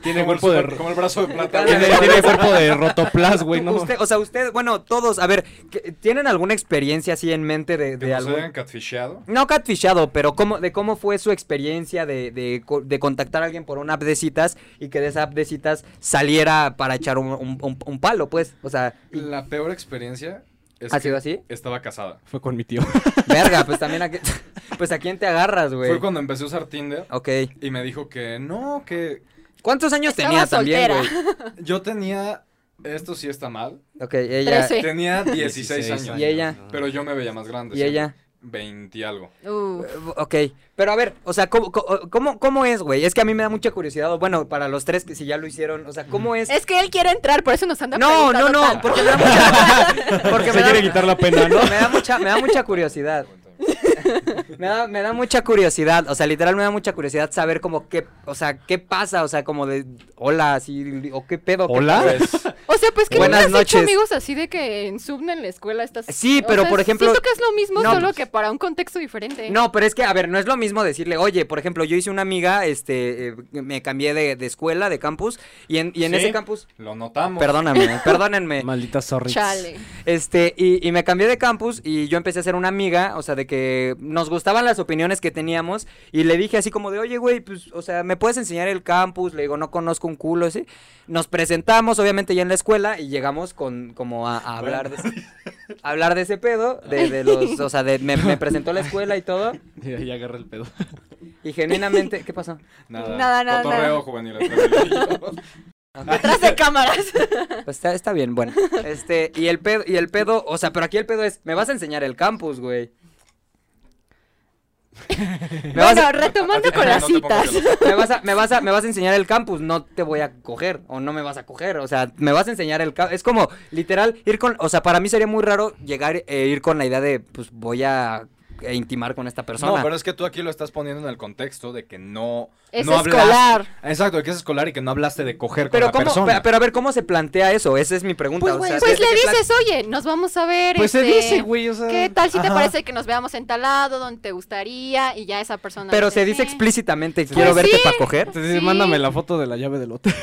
C: Tiene
D: Como el,
C: cuerpo de.
D: super- como el brazo de plata.
B: Tiene-
C: Tiene, tiene cuerpo de rotoplas, güey, ¿no?
B: Usted- o sea, usted, bueno, todos, a ver, ¿qué- ¿tienen alguna experiencia así en mente de,
D: Que
B: de
D: nos
B: algún-
D: hayan catfishado.
B: No catfishado, pero cómo, de cómo fue su experiencia de, de co- de contactar a alguien por una app de citas y que de esa app de citas saliera para echar un, un- un- un palo, pues. O sea, y-
D: La peor experiencia es
B: ¿ha
D: que
B: sido así?
D: estaba casada.
C: Fue con mi tío.
B: Verga, pues también a, qué- pues a quién te agarras, güey.
D: Fue cuando empecé a usar Tinder
B: Ok.
D: y me dijo que no, que
B: ¿Cuántos años
F: Estaba
B: tenía también, güey?
F: soltera.
D: yo tenía, esto sí está mal,
B: Ok, ella.
F: Trece.
D: tenía 16 años.
B: Y ella.
D: Pero yo me veía más grande.
B: Y
D: siempre.
B: ella.
D: 20 y algo.
F: Uh,
B: Eh, Ok, pero a ver, o sea, ¿cómo, cómo- cómo, cómo es, güey? Es que a mí me da mucha curiosidad, o bueno, para los tres que si ya lo hicieron, o sea, ¿cómo es?
F: es que él quiere entrar, por eso nos anda
B: No, no,
F: preguntando
B: no,
F: tanto.
B: porque me da mucha, porque
C: Se
B: me da-
C: quiere quitar la pena, ¿no?
B: me da mucha, me da mucha curiosidad. Me da, me da mucha curiosidad, o sea, literal me da mucha curiosidad saber como qué, o sea, qué pasa, o sea, como de hola, así, o qué pedo. qué
C: Hola.
B: pedo.
F: O sea, pues que
B: Buenas
F: Buenas has hecho
B: noches.
F: amigos así de que en Subna en la escuela estás.
B: Sí,
F: o
B: pero,
F: sea,
B: por ejemplo-
F: Siento que es lo mismo,
B: No,
F: solo
B: pues-
F: que para un contexto diferente.
B: No, pero es que, a ver, no es lo mismo decirle, oye, por ejemplo, yo hice una amiga, este, eh, me cambié de, de escuela, de campus, y en, y en
D: Sí.
B: ese campus,
D: Lo notamos.
B: perdóname, perdónenme.
C: Maldita zorrita.
F: Chale.
B: Este, y, y me cambié de campus y yo empecé a ser una amiga, o sea, de que nos gustaban las opiniones que teníamos y le dije así como de, oye, güey, pues, o sea, ¿me puedes enseñar el campus? Le digo, no conozco un culo, así. Nos presentamos, obviamente, ya en la escuela y llegamos con, como a, a hablar de ese, a hablar de ese pedo, de, de los, o sea, de, me, me presentó la escuela y todo
C: Y ahí agarra el pedo.
B: y genuinamente, ¿qué pasó?
D: Nada,
F: Nada, nada,
D: Cotorreo
F: nada.
D: juvenil. entre ellos.
F: Detrás de cámaras.
B: Pues está, está bien, bueno. Este, y el pedo, y el pedo, o sea, pero aquí el pedo es, me vas a enseñar el campus, güey. Me vas
F: Bueno,
B: a-
F: retomando
D: Así
F: con
D: que
F: las
D: no te pongas
F: citas.
B: me vas a, me vas a, me vas a enseñar el campus, no te voy a coger o no me vas a coger, o sea, me vas a enseñar el campus, es como literal ir con, o sea, para mí sería muy raro llegar e ir con la idea de pues voy a eh, intimar con esta persona.
D: No, pero es que tú aquí lo estás poniendo en el contexto de que no.
F: Es
D: no hablaste-
F: escolar.
D: Exacto, de que es escolar y que no hablaste de coger con
B: Pero
D: la
B: cómo,
D: persona.
B: pero, pero a ver, ¿cómo se plantea eso? Esa es mi pregunta. o sea,
F: Pues
B: ¿qué-
F: le
B: qué plan-
F: dices, oye, nos vamos a ver.
C: Pues se
F: este,
C: dice, güey, o sea.
F: ¿Qué tal si te
D: Ajá.
F: parece que nos veamos en tal lado, donde te gustaría? Y ya esa persona.
B: Pero se dice
F: "Eh".
B: explícitamente, quiero verte para coger.
C: Te dice,
F: Sí.
C: mándame la foto de la llave del hotel.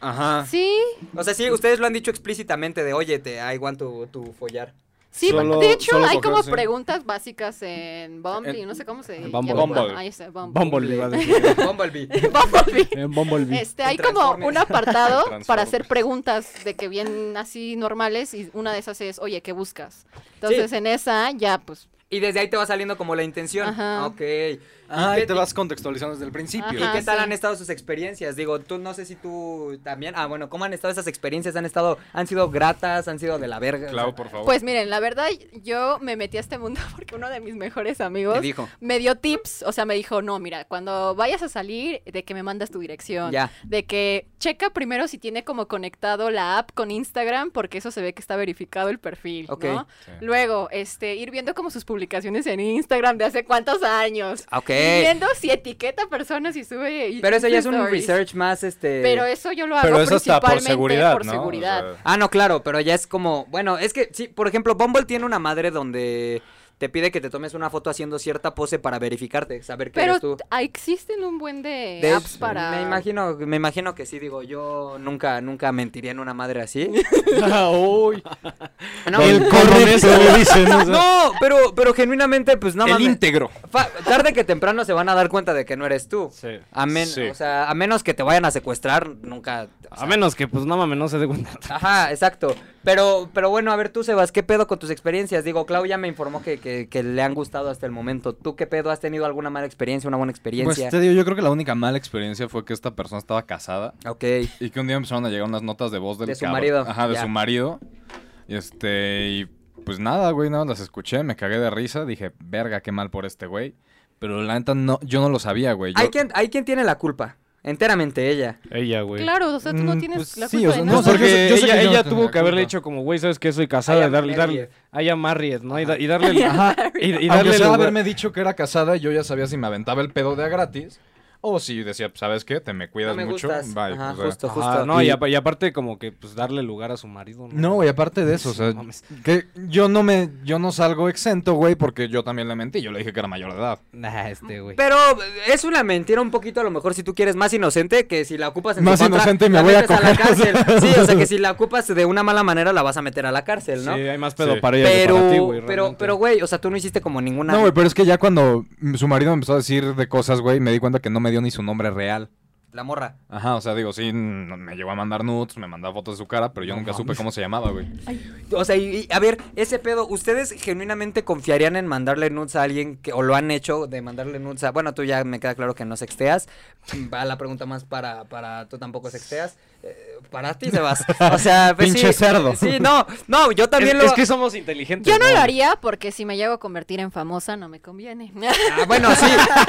D: Ajá.
F: Sí,
B: O sea, sí, ustedes lo han dicho explícitamente de, oye, te, I want to, to follar.
F: sí,
D: Solo-
F: de hecho
D: solo
F: hay
D: coger,
F: como
D: sí.
F: preguntas básicas en Bumble,
D: En-
F: no sé cómo se
C: en
F: llama.
C: Bumble.
D: Bumble.
F: Ahí está, Bumble.
C: Bumble le iba a decir.
B: Bumblebee.
F: Bumble.
C: En Bumblebee.
F: Este,
B: En
F: hay como
B: Transformers.
F: un apartado
D: En
F: para hacer preguntas de que vienen así normales y una de esas es, oye, ¿qué buscas? Entonces en esa ya pues
B: Y desde ahí te va saliendo como la intención.
F: Ajá.
B: Ok. ¿Y
D: Ah,
B: qué-
D: y te vas contextualizando desde el principio.
B: ¿Y
F: Ajá.
B: qué tal
F: Ah, sí.
B: han estado sus experiencias? Digo, tú no sé si tú también. Ah, bueno, ¿cómo han estado esas experiencias? ¿Han estado, han sido gratas? ¿Han sido de la verga?
D: Clau, por
B: Oh.
D: favor.
F: Pues miren, la verdad, yo me metí a este mundo porque uno de mis mejores amigos
B: Te dijo.
F: me dio tips. O sea, me dijo, no, mira, cuando vayas a salir, de que me mandas tu dirección.
B: Ya.
F: De que checa primero si tiene como conectado la app con Instagram, porque eso se ve que está verificado el perfil,
B: Ok.
F: ¿no?
D: Sí.
F: Luego, este, ir viendo como sus publicaciones en Instagram de hace cuántos años.
B: Ah, Ok.
F: Ir viendo si etiqueta personas y sube. y-
B: Pero eso ya es un
F: stories.
B: research más este.
F: Pero eso yo lo hago
D: Pero eso hasta por
F: principalmente
D: seguridad,
F: por
D: ¿no?
F: seguridad.
D: O sea,
B: Ah, no, claro, pero ya es como. Bueno, es que sí, por ejemplo, Bumble tiene una madre donde te pide que te tomes una foto haciendo cierta pose para verificarte, saber que
F: Pero
B: eres tú.
F: t- ah, existen un buen de,
B: De-
F: apps para.
B: Me imagino, me imagino que sí, digo, yo nunca, nunca mentiría en una madre así.
F: Este.
B: No,
D: El correcto le dicen. o sea,
B: no, pero, pero genuinamente, pues nada
D: el
B: más.
D: íntegro.
B: Fa- tarde que temprano se van a dar cuenta de que no eres tú.
C: Sí.
B: A, men-
D: Sí.
B: o sea, a menos que te vayan a secuestrar, nunca. o sea,
C: A menos que, pues, no mames, no se dé cuenta.
B: Ajá, exacto. Pero, pero bueno, a ver tú, Sebas, ¿qué pedo con tus experiencias? Digo, Claudia me informó que, que- que le han gustado hasta el momento. ¿Tú qué pedo? ¿Has tenido alguna mala experiencia, una buena
D: Pues
B: experiencia?
D: te digo, yo creo que la única mala experiencia fue que esta persona estaba casada
B: Ok.
D: y que un día empezaron a llegar unas notas de voz del
B: De su
D: cabrón.
B: marido,
D: Ajá, de
B: ya.
D: su marido. Y este, y pues nada, güey, nada, las escuché, me cagué de risa, dije, verga, qué mal por este güey. Pero la neta, no, yo no lo sabía, güey. Yo-
B: Hay quien, hay quien tiene la culpa. Enteramente ella.
C: Ella, güey.
F: Claro, o sea, tú no
D: Mm,
F: tienes
D: pues
F: la
D: sí,
F: culpa
D: o sea,
F: de
D: no,
F: nada.
C: No, porque
D: yo sé
C: ella,
D: que yo no
C: ella
D: tengo
C: tuvo
D: la
C: que haberle
D: culpa.
C: dicho como, güey, ¿sabes qué? Soy casada.
B: am
C: Y darle,
B: married.
C: darle, I am married, ¿no? Y, da- y darle, y, y
D: Aunque
C: darle
D: sea
C: lugar-
D: haberme dicho que era casada, yo ya sabía si me aventaba el pedo de a gratis o si decía, ¿sabes qué? Te me cuidas
B: No me
D: mucho.
B: gustas.
D: bye",
B: Ajá,
D: o sea.
B: justo,
C: Ajá,
B: justo.
C: no, y,
D: Y-
C: apa- y aparte como que, pues, darle lugar a su marido.
D: No, güey, aparte de eso, o sea,
C: No mames.
D: que yo no me, yo no salgo exento, güey, porque yo también le mentí, yo le dije que era mayor de edad.
C: Nah, este, güey.
B: Pero es una mentira un poquito, a lo mejor si tú quieres más inocente, que si la ocupas en tu
D: Más
B: contra,
D: inocente me
B: la
D: voy a
B: metes a la
D: coger.
B: cárcel. Sí, o sea que si la ocupas de una mala manera la vas a meter a la cárcel, ¿no?
C: Sí, hay más pedo
D: Sí.
C: para ella que
B: pero,
C: para ti, güey.
B: pero,
C: realmente.
B: pero, güey, o sea, tú no hiciste como ninguna.
D: No, güey, pero es que ya cuando mm, su marido me empezó a decir de cosas, güey, me di cuenta que no me dio ni su nombre real.
B: La morra.
D: Ajá, o sea, digo, sí, mm, me llegó a mandar nudes, me mandaba fotos de su cara, pero yo nunca supe cómo se llamaba, güey.
B: O sea, y, y, a ver, ese pedo, ¿ustedes genuinamente confiarían en mandarle nudes a alguien que, o lo han hecho de mandarle nudes a. Bueno, tú ya me queda claro que no sexteas. Va la pregunta más para, para tú tampoco sexteas. Eh, para ti, Sebas. O sea, pues, sí,
D: Pinche cerdo.
B: Sí, no, no, yo también
C: es,
B: lo.
C: es que somos inteligentes.
F: Yo no lo haría porque si me llego a convertir en famosa no me conviene.
B: Ah, bueno, sí.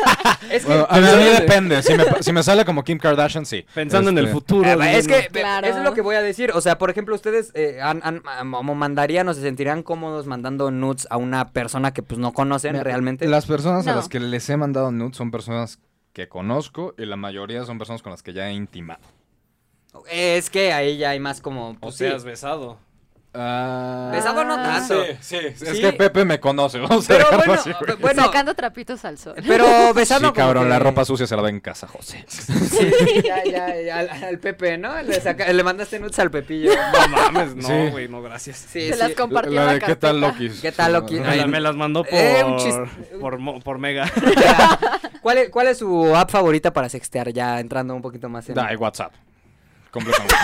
B: es que.
D: Bueno, a mí depende, si me, si me sale como Kim Kardashian, sí.
C: Pensando en el
D: Este,
C: futuro.
B: Ah,
C: güey,
B: es
C: no.
B: que pe-
F: Claro.
B: eso es lo que voy a decir. O sea, por ejemplo, ustedes eh, han- han- am- am- mandarían o se sentirían cómodos mandando nudes a una persona que pues no conocen
D: Mira,
B: realmente.
D: Las personas a
F: No.
D: las que les he mandado nudes son personas que conozco y la mayoría son personas con las que ya he intimado.
B: Es que ahí ya hay más como.
C: O
B: Pues,
C: sea,
B: sí.
C: has besado.
B: Besado no
F: Ah.
B: tanto.
D: sí, es
B: Pues, Sí.
D: que Pepe me conoce, vamos a
B: Pero
D: dejarlo
B: bueno,
D: así, güey.
B: pe- bueno,
F: Sacando trapitos al sol.
B: pero besando.
D: Sí, cabrón,
B: como
D: la
B: que-
D: ropa sucia se la da en casa, José.
B: Sí, ya, ya, ya, al, al Pepe, ¿no? Le, saca- le mandaste nudes al Pepillo.
C: No mames, no,
D: Sí.
C: güey, no, gracias.
B: Sí,
F: Se
B: sí.
F: las compartí en
D: La
F: la
D: de qué tal
F: carpeta.
D: Loki.
B: ¿Qué tal, Loki?
C: Me,
B: Ay,
C: la- me las mandó por,
B: eh, un chiste.
C: por, mo- por mega.
B: ¿Cuál es, ¿Cuál es su app favorita para sextear? Ya entrando un poquito más en.
D: Ay, WhatsApp. completamente.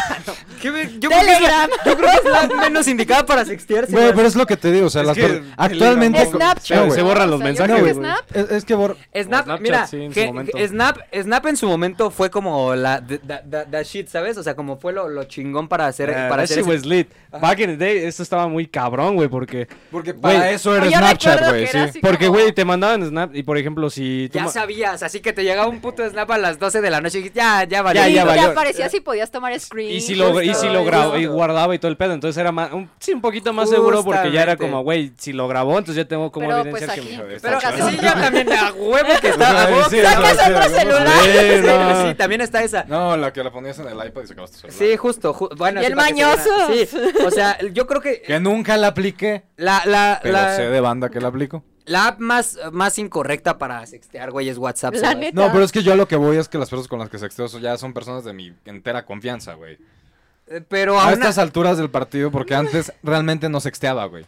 B: ¿Qué me- yo, creo que es la, yo creo que es la menos indicada para sextearse.
D: Güey,
B: güey.
D: pero es lo que te digo, o sea,
C: Es
D: las
C: que
D: per- actualmente...
C: Telegram,
F: Snapchat.
D: No, güey.
C: Se borran los
F: O sea, yo
C: mensajes,
F: creo que
C: güey.
F: Snap.
D: es, es que bor-
B: Snap,
C: Snapchat,
B: mira,
C: sí, en su
B: que-
C: momento.
B: que Snap, Snap en su momento fue como la the, the- the- the shit, ¿sabes? O sea, como fue lo, lo chingón para hacer, para
C: Ah, that
B: hacer
C: shit
B: ese-
C: was lit. Back in the day, esto estaba muy cabrón, güey, porque...
D: Porque
C: Güey,
D: para eso era
F: Ah, Yo
D: Snapchat,
F: recuerdo
D: güey,
F: que era
D: sí.
F: así
C: Porque,
F: como-
C: güey, te mandaban Snap y, por ejemplo, si... tú
B: Ya
C: ma-
B: sabías, así que te llegaba un puto snap a las 12 de la noche y dijiste, ya, ya valió.
C: Ya,
F: y
C: ya valió.
F: aparecía si podías tomar screen.
C: y si lo, y si lo
B: justo,
C: grababa y
B: justo.
C: guardaba y todo el pedo, entonces era más, un, sí, un poquito más seguro porque ya era
B: Justamente.
C: como, güey, si lo grabó, entonces ya tengo como
F: Pero,
C: evidenciar
F: pues,
C: que
F: aquí.
C: me jodé.
B: Pero
F: Sacas
B: sí, ya también a huevo que está. A huevo
D: Sí,
B: que
D: no,
B: sacas
D: sí,
B: otro
D: no,
B: celular.
D: sí, no.
B: Sí, sí, también está esa.
D: No, la que la ponías en el iPad y sacabas tu celular.
B: Sí, justo. ju- bueno,
F: Y
B: sí,
F: el
B: para que se
F: mañoso.
B: viera. Sí, o sea, yo creo que
D: Que nunca la apliqué.
B: la, la,
D: Pero sé
B: la,
D: de banda que la aplico.
B: la app más, más incorrecta para sextear, güey, es WhatsApp.
F: La
B: ¿sabes?
F: neta.
D: No, pero es que yo a lo que voy es que las personas con las que sexteo son- ya son personas de mi entera confianza, güey.
B: Eh, Pero
D: A
B: aún
D: estas alturas del partido, porque antes realmente no sexteaba, güey.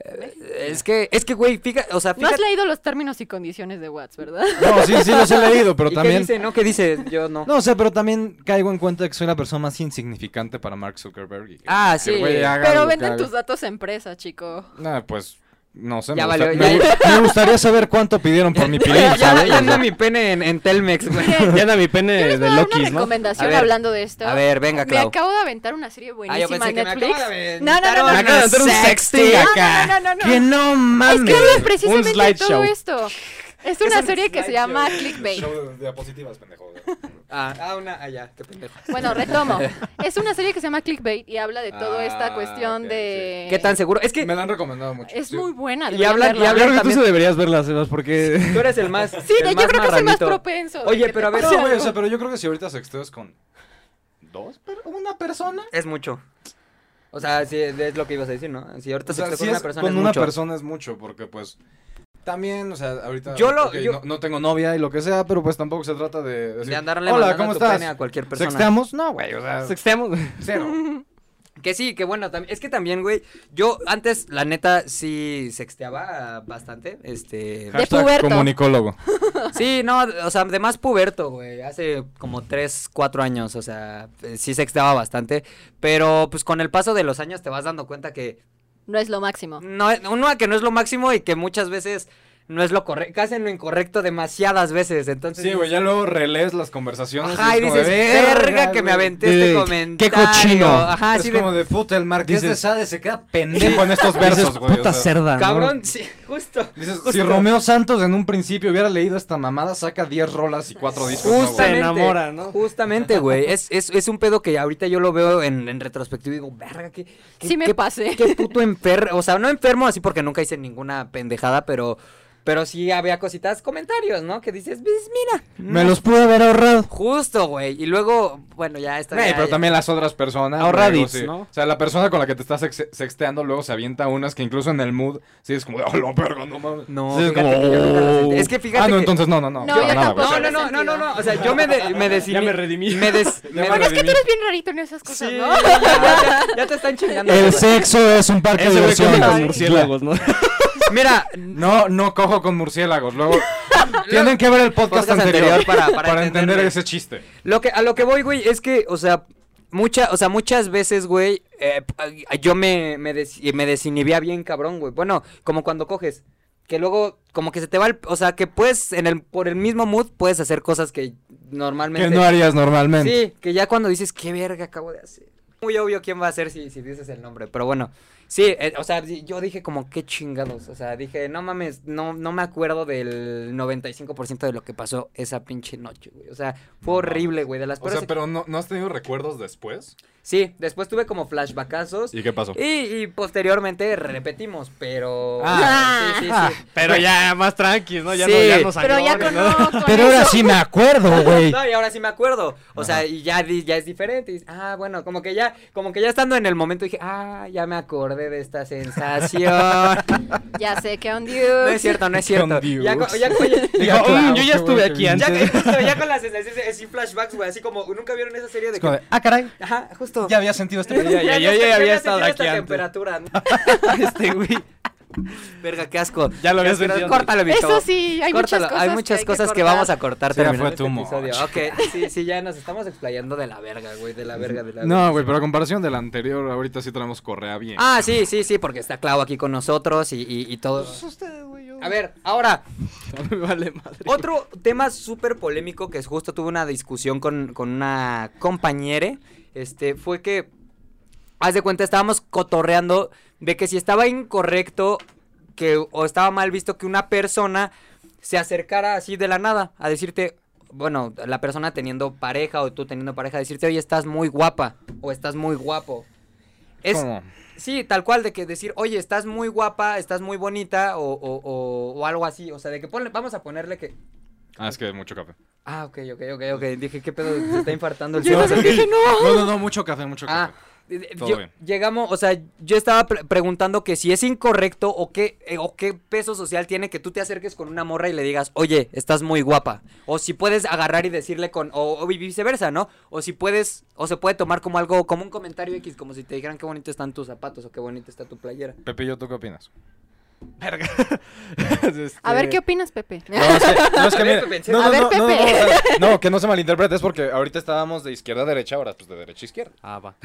B: eh, es que, es que, güey, fíjate, o sea,
F: No has
B: fíjate.
F: leído los términos y condiciones de WhatsApp, ¿verdad?
D: No, sí, sí los he leído, pero
B: ¿Y
D: también...
B: ¿Qué dice, no? ¿Qué dice? Yo no.
D: No, o sea, pero también caigo en cuenta de que soy la persona más insignificante para Mark Zuckerberg. y que-
B: Ah,
D: que el
B: sí.
D: güey haga
F: Pero
D: lo que
F: venden
D: haga.
F: tus datos a empresa, chico.
D: Nah, pues, no sé.
B: Ya
D: me, gusta-
B: valió,
D: me
B: ya-
D: gu- me gustaría saber cuánto pidieron por mi pilín,
B: Ya-
D: ¿sabes?
B: Ya
D: O sea,
B: anda mi pene en, en Telmex, güey.
C: Ya anda mi pene
F: Yo les voy
C: de
F: a dar una
C: Loki, ¿no?
F: recomendación
B: A ver,
F: hablando de esto.
B: A ver, venga,
F: Me
B: Clau.
F: acabo de aventar una serie
B: Ah, yo
F: buenísima
B: pensé
F: en
B: que me
F: Netflix.
B: acaba de
F: No, no, no,
B: aventar
F: no,
B: una-
F: no,
D: acaba de aventar un sexting
F: No,
D: acá.
F: no, no, no, no.
D: Que no
F: Es
D: mames.
F: que habla precisamente de
C: slideshow.
F: todo esto. Es una serie que se llama Clickbait.
D: de diapositivas, pendejo.
B: Ah, ah, una, ah, ya, qué pendejo.
F: Bueno, retomo. Es una serie que se llama Clickbait y habla de toda esta
D: Ah,
F: cuestión
D: ok,
F: de.
B: ¿Qué tan seguro? Es que
D: Me la han recomendado mucho.
F: Es
D: sí.
F: muy buena.
B: Y
F: deberían
B: hablan- y
F: verla.
B: hablan-
C: Yo creo que tú
B: También-
C: se deberías verlas, Sebas, porque...
B: tú eres el más.
F: Sí,
B: el
F: de- yo creo que es el más
B: marranito.
F: propenso. de
B: Oye,
F: que
B: pero
F: te
B: a ver,
F: pase
D: No, güey, o
F: algo.
D: sea, pero yo creo que si ahorita sexteas con dos, pero una persona.
B: Es mucho. O sea, sí, es lo que ibas a decir, ¿no? Si ahorita
D: O sea,
B: sexteo
D: si
B: con una
D: es-
B: persona
D: con
B: es
D: una
B: mucho.
D: persona es mucho, porque pues también, o sea, ahorita
B: Yo lo-
D: ok,
B: yo-
D: no, no tengo novia y lo que sea, pero pues tampoco se trata de decir,
B: De andarle
D: hola,
B: mandando
D: ¿cómo
B: tu
D: estás?
B: pene a cualquier persona.
D: ¿Sexteamos? No, güey, o sea,
C: Sexteamos.
D: cero.
B: Que sí, que bueno, tam- es que también, güey, yo antes, la neta, sí sexteaba bastante, este...
F: De puberto.
D: comunicólogo.
B: Sí, no, o sea, de más puberto, güey, hace como 3, 4 años, o sea, eh, sí sexteaba bastante, pero pues con el paso de los años te vas dando cuenta que
F: No es lo máximo.
B: no, uno, que no es lo máximo y que muchas veces no es lo correcto, hacen lo incorrecto demasiadas veces, entonces...
D: Sí, güey, ya luego relees las conversaciones.
B: Ajá, y
D: es como
B: dices,
D: de,
B: verga que
D: güey".
B: me aventé este
C: Eh,
B: comentario.
C: qué cochino.
B: Ajá,
D: es
B: sí, de-
D: como de, puta, el Marqués
C: Dices-
D: de Sade se queda pendejo en estos versos, güey. o sea.
C: cerda,
B: Cabrón, sí, justo.
D: Dices, si
B: justo.
D: Romeo Santos en un principio hubiera leído esta mamada, saca 10 rolas y 4 discos. nuevos.
C: Justa- Se enamora, ¿no?
B: Justamente, güey. Es, es, es un pedo que ahorita yo lo veo en, en retrospectiva y digo, verga, qué. qué-
F: Sí me
B: qué-
F: pasé.
B: Qué puto enfermo. O sea, no enfermo así porque nunca hice ninguna pendejada, pero. Pero sí había cositas, comentarios, ¿no? Que dices, "Pues, mira.
D: Me
B: no".
D: los pude haber ahorrado.
B: Justo, güey. Y luego, bueno, ya está.
D: Güey,
B: ya-
D: pero
B: ya-
D: también las otras personas.
C: Ahorra
D: luego,
C: bits,
D: sí.
C: ¿no?
D: O sea, la persona con la que te estás sex- sexteando luego se avienta unas que incluso en el mood sí es como, de, oh, la verga, no mames.
B: No,
D: Sí, es,
B: fíjate
D: como,
B: que yo nunca las
D: "Oh".
B: sentí. Es que fíjate
D: Ah, no,
B: que-
D: entonces no, no, no.
F: No,
D: para
F: yo
D: nada,
F: tampoco.
D: güey.
B: No, no, no, no, no, no. O sea, yo me, de- me decidí.
C: Ya me redimí.
B: Me, des-
D: Ya
B: me
D: me
B: des-
F: Bueno, es que tú
D: redimí.
F: eres bien rarito en esas cosas,
B: Sí,
F: ¿no?
B: ya, ya- ya te están chingando.
D: El
B: güey.
D: sexo es un parque de
C: Ese güey come
D: diversiones.
C: con murciélagos, ¿no?
B: Mira,
D: No, no cojo con murciélagos. Luego tienen que ver el podcast,
B: Podcast
D: anterior,
B: anterior para- para
D: entender
B: entenderle.
D: ese chiste.
B: Lo que, a lo que voy, güey, es que, o sea, mucha, o sea, muchas veces, güey, eh, p- yo me, me, des- me desinhibía bien, cabrón, güey. Bueno, como cuando coges. Que luego, como que se te va el. O sea, que puedes, en el, por el mismo mood, puedes hacer cosas que normalmente.
D: Que no harías normalmente.
B: sí, que ya cuando dices, qué verga acabo de hacer. Muy obvio quién va a hacer si, si dices el nombre, pero bueno. Sí, eh, o sea, di- yo dije como, qué chingados. O sea, dije, no mames, no, no me acuerdo del 95% de lo que pasó esa pinche noche, güey. O sea, fue horrible, güey. De las
D: O
B: peores
D: sea, pero no, no has tenido recuerdos después.
B: Sí, después tuve como flashbackazos. Y,
D: ¿Y qué pasó?
B: y posteriormente repetimos, pero.
F: Ah.
B: sí, sí, sí.
C: Pero ya más tranquis, ¿no? Ya
B: Sí.
C: no, ya no
F: Pero ya
C: sangrones,
F: con,
C: ¿no?
F: no, con
D: Pero ahora
F: eso.
D: sí me acuerdo, güey.
B: No, y ahora sí me acuerdo. O sea, y ya, di- ya es diferente. Y dices, ah, bueno, como que ya, como que ya estando en el momento dije, ah, ya me acordé de esta sensación.
F: Ya sé que on
B: no es cierto, no es cierto.
D: Con
B: Ya, co-
D: Dios.
B: ya, co- ya-
C: Dijo,
D: Ya, claro,
C: "Mm, yo
D: qué
C: ya estuve
D: bueno
C: aquí
D: que
B: ya
C: antes.
B: que- justo, ya con las sensaciones así flashbacks, güey, así como nunca vieron esa serie de que-
D: Ah, caray.
B: Ajá, justo.
D: Ya había sentido este
C: Ya, ya, ya, ya había
B: había sentido
C: estado aquí
B: esta
C: antes.
B: temperatura. ¿no?
C: Este güey.
B: Verga, qué asco.
C: Ya lo
B: Qué
C: habías
B: asco,
C: vendido.
B: Córtalo, Vito.
F: Eso sí, hay
B: Córtalo.
F: muchas cosas.
B: hay muchas
F: hay
B: cosas que,
F: cortar.
B: vamos a cortar
D: Sí, ya
B: terminando
D: fue
B: este
D: too much.
B: episodio. Ok, sí, sí, ya nos estamos explayando de la verga, güey, de la verga, de la verga.
D: No, güey, pero a comparación del anterior, ahorita sí tenemos correa bien.
B: Ah, sí, sí, sí, porque está Clau aquí con nosotros y, y, y todo. A ver, ahora,
C: Me vale madre.
B: otro tema súper polémico que es justo tuve una discusión con, con una compañere, este, fue que, haz de cuenta, estábamos cotorreando de que si estaba incorrecto que, o estaba mal visto que una persona se acercara así de la nada a decirte, bueno, la persona teniendo pareja o tú teniendo pareja, decirte, oye, estás muy guapa o estás muy guapo. Es,
D: ¿Cómo?
B: Sí, tal cual, de que decir, oye, estás muy guapa, estás muy bonita, o, o- o- o algo así. O sea, de que ponle, vamos a ponerle que.
D: Ah, es que mucho café.
B: Ah, ok, ok, ok, ok. Dije, ¿qué pedo? Se está infartando el
F: Yo
B: señor.
F: no sé qué dije, no.
D: No, no, no, mucho café, mucho
B: Ah,
D: café.
B: eh,
D: Todo
B: yo-
D: bien.
B: llegamos, o sea, yo estaba pre- preguntando que si es incorrecto o qué, eh, o qué peso social tiene que tú te acerques con una morra y le digas, oye, estás muy guapa. O si puedes agarrar y decirle con, o, o viceversa, ¿no? O si puedes, o se puede tomar como algo, como un comentario X, como si te dijeran qué bonito están tus zapatos o qué bonita está tu playera.
D: Pepillo, ¿tú qué opinas?
C: este,
F: A ver, ¿qué opinas, Pepe?
D: No, es que, no, es que
B: A ver,
D: mira,
B: Pepe, en
D: no, no,
F: serio. A ver,
D: no, no,
F: Pepe.
D: no, o sea, no, que no se malinterprete, es porque ahorita estábamos de izquierda a derecha, ahora pues de derecha a izquierda.
C: Ah, va.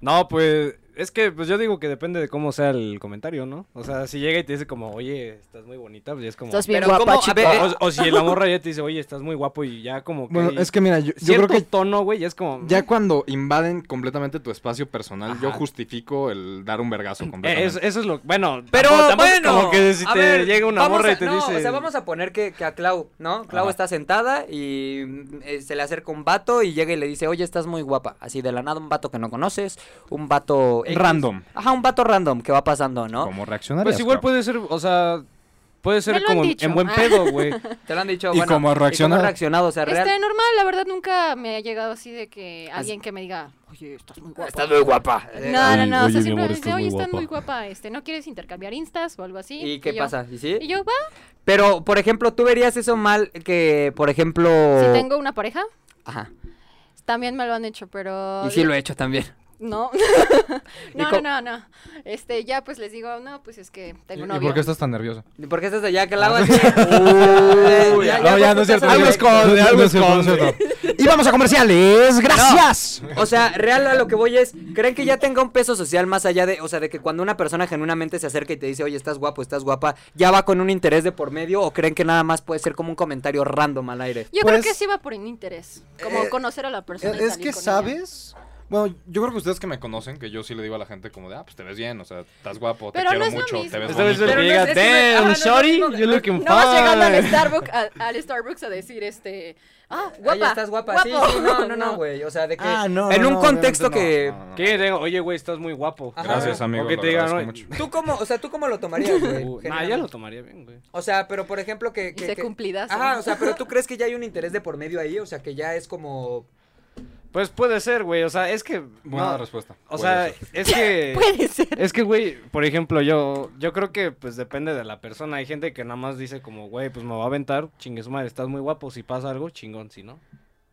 C: No, pues es que pues yo digo que depende de cómo sea el comentario, ¿no? O sea, si llega y te dice como, oye, estás muy bonita, pues ya es como...
F: Estás bien
B: Pero,
F: guapa,
B: ¿cómo? A
F: chica.
B: ver, eh,
C: O, o si la morra ya te dice, oye, estás muy guapo y ya como que...
D: que mira, yo,
C: Cierto tono, güey, ya es como...
D: ya cuando invaden completamente tu espacio personal, yo
C: Ajá.
D: justifico el dar un vergazo
C: Eh,
D: completamente.
C: eso, eso es lo... Bueno,
B: Pero
C: tampoco- tampoco es
B: bueno,
C: como que si
B: a
C: te
B: ver,
C: llega una
B: vamos
C: morra
B: a-
C: y te
B: no,
C: dice...
B: O sea, vamos a poner que, que a Clau, ¿no? Clau
C: Ajá.
B: está sentada y mm, eh, se le acerca un vato y llega y le dice, oye, estás muy guapa. Así de la nada, un vato que no conoces, un vato... X.
D: Random.
B: Ajá, un vato random que va pasando, ¿no?
D: ¿Cómo reaccionarías?
C: Pues igual
D: Clau?
C: puede ser, o sea, puede
F: Me
C: ser
F: lo han
C: como en-
F: dicho. Ah.
C: en buen pedo, güey.
B: Te lo han dicho,
D: ¿Y
B: bueno,
D: cómo ha reaccionado?
B: ha reaccionado? O sea, real...
F: Este, normal, la verdad nunca me ha llegado así de que alguien que me diga, oye, estás muy guapa.
B: Estás muy guapa. Eh,
F: No, no, no, o
G: Oye,
F: sea,
G: mi
F: siempre
G: amor,
F: me
G: estás
F: dicen, oye,
G: muy
F: estás
G: guapa".
F: muy guapa, este, ¿no quieres intercambiar instas o algo así?
B: ¿Y qué
F: yo-
B: pasa? ¿Y sí?
F: Y yo, va,
B: Pero, por ejemplo, ¿tú verías eso mal que, por ejemplo...
F: si tengo una pareja,
B: Ajá.
F: también me lo han hecho, pero...
B: Y sí lo he hecho también.
F: No.
B: ¿Y
F: no, no,
B: cómo-
F: no, no. Este, ya pues les digo, no, pues es que tengo
D: ¿Y
F: novio.
D: por qué estás tan nervioso?
B: ¿Y por qué estás allá? Que la hago así. Eh,
D: no,
F: pues,
D: ya, no es cierto.
B: algo
D: no es cierto,
B: esconde,
D: no es
B: algo
D: cierto, no es
B: esconde.
A: Y vamos a comerciales. Gracias.
B: O sea, real a lo que voy es, ¿creen que ya tenga un peso social más allá de, o sea, de que cuando una persona genuinamente se acerca y te dice, oye, estás guapo, estás guapa, ya va con un interés de por medio o creen que nada más puede ser como un comentario random al aire?
F: Yo creo
D: Pues- eh,
F: que sí va por un interés, como conocer a la persona. y
D: Es
F: salir
D: que
F: con ella.
D: sabes. Bueno, yo creo que ustedes que me conocen, que yo sí le digo a la gente como de, ah, pues te ves bien, o sea, estás guapo,
F: Pero
D: te
F: no
D: quiero
F: es lo
D: mucho,
F: mismo.
D: te ves
C: Esta vez
D: bonito.
C: el que
B: Pero no
C: llega,
B: es- es que me- ajá, no
C: damn,
B: es lo
C: shorty,
B: mismo que-
C: you're looking
F: No vas llegando al
C: fine".
F: Starbucks, al, al Starbucks a decir, este, ah, guapa.
B: Oye, estás guapa, sí,
F: guapo".
B: sí, no, no, no, güey, o sea, de que
A: Ah, no,
B: en
A: no,
B: un
A: no,
B: contexto
D: obviamente
B: que
D: no, no, no.
C: ¿Qué? Digo, Oye, güey, estás muy guapo.
B: Ajá.
D: Gracias, amigo.
C: O que
D: lo
C: te digan,
D: agradezco
C: "Oye,
D: mucho.
B: tú cómo, o sea, tú cómo lo tomarías, güey.
C: Uh, nah, ya
B: generalmente?
C: lo tomaría bien, güey.
B: O sea, pero por ejemplo que
F: Y
B: que-
F: se
B: que-
F: cumplidazo.
B: Ajá, o sea, pero tú crees que ya hay un interés de por medio ahí, o sea, que ya es como
C: Pues puede ser, güey. O sea, es que.
D: Buena
C: no,
D: respuesta.
C: O
D: Puede
C: sea,
D: ser.
C: es que.
F: Puede ser.
C: Es que, güey, por ejemplo, yo, yo creo que pues depende de la persona. Hay gente que nada más dice como, güey, pues me va a aventar, chingue su madre, estás muy guapo, si pasa algo, chingón, si no,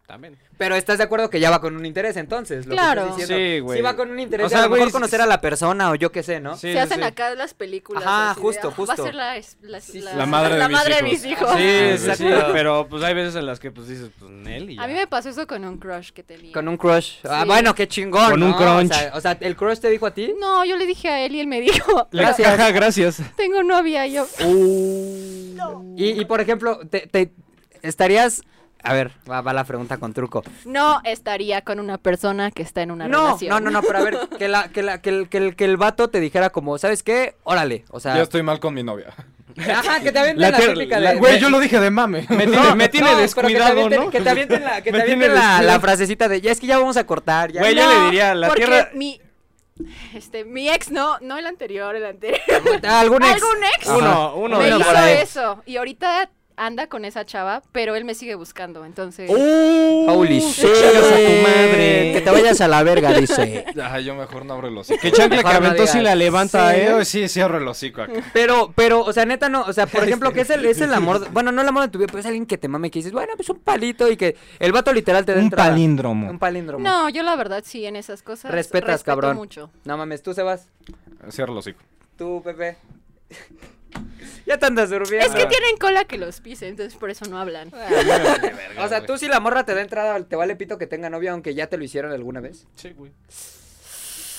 C: también.
B: Pero estás de acuerdo que ya va con un interés entonces, lo
F: Claro.
B: que estás diciendo.
C: Sí, güey.
B: va con un interés de
C: O sea,
B: a lo
C: güey,
B: mejor
C: sí,
B: conocer
C: sí.
B: a la persona o yo qué sé, ¿no?
C: Sí,
F: Se
C: sí,
F: hacen
C: sí.
F: acá las películas.
B: Ajá,
F: así de,
B: justo,
F: "Ah,
B: justo.
F: Va a ser la, es- la-
B: Sí, sí,
F: la-
B: sí. La
D: madre de
F: la
D: mis
F: madre de
D: hijos.
F: mis hijos.
D: Ah,
C: Sí, sí,
B: exacto.
C: sí, pero pues hay veces en las que pues dices, pues Nelly.
F: A mí me pasó eso con un crush que tenía.
B: Con un crush. Ah,
F: Sí.
B: bueno, qué chingón.
C: Con un
B: ¿no?
C: crunch.
B: O sea, o sea, ¿el crush te dijo a ti?
F: No, yo le dije a él y él me dijo,
C: Gracias. gracias.
F: tengo novia. Y yo,
B: Uh. Y, y, por ejemplo, te, te- estarías. A ver, va, va la pregunta con truco.
F: no estaría con una persona que está en una
B: no,
F: relación.
B: no, no, no, pero a ver, que, la, que, la, que, el, que, el, que el vato te dijera como, ¿sabes qué? Órale. O sea.
D: Yo estoy mal con mi novia.
B: Ajá, que te avienten
C: La
B: la,
C: ter-
B: típica
C: la-
B: de.
D: Güey, yo lo dije de mame.
C: Me tiene, me tiene
B: No, pero
C: descuidado,
B: que te avienten,
C: ¿no?
B: Que te avienten, la, que
C: Me
B: te
C: tiene
B: avienten la,
C: descuidado.
B: la frasecita de, ya es que ya vamos a cortar. Ya.
C: Güey, Pues yo le diría, la
F: porque
C: tierra-
F: Mi, este, mi ex, no, no el anterior, el anterior.
B: Ah, ¿Algún ex?
F: ¿Algún ex?
B: Ajá.
C: Uno, uno
F: me
C: de
B: uno
C: los
F: hizo
B: por ahí.
F: eso. Y ahorita anda con esa chava, pero él me sigue buscando. Entonces,
C: Uh,
B: Holy shit. Que te vayas a la verga, dice.
D: Ay, yo mejor no abro el hocico.
C: Que chancla que
B: Mejor no
C: aventó si
B: digas.
C: la levanta,
D: Sí,
C: ¿eh?
D: yo sí cierro el hocico acá.
B: Pero, pero, o sea, neta, no. O sea, por ejemplo, que es el, es el amor. de- Bueno, no el amor de tu vida, pero es alguien que te mame, que dices, bueno, pues un palito y que el vato literal te da entrada. Un
D: palíndromo.
B: palíndromo. No.
F: no, yo la verdad sí en esas cosas.
B: Respetas,
F: respeto
B: cabrón.
F: mucho.
B: mames, tú, Sebas.
D: Cierro el hocico.
B: Tú, Pepe. Ya te andas durmiendo.
F: Es que tienen cola que los pise, entonces por eso no hablan.
C: Ah,
B: O sea, tú si la morra te da entrada, te vale pito que tenga novia, aunque ya te lo hicieron alguna vez.
C: Sí, güey.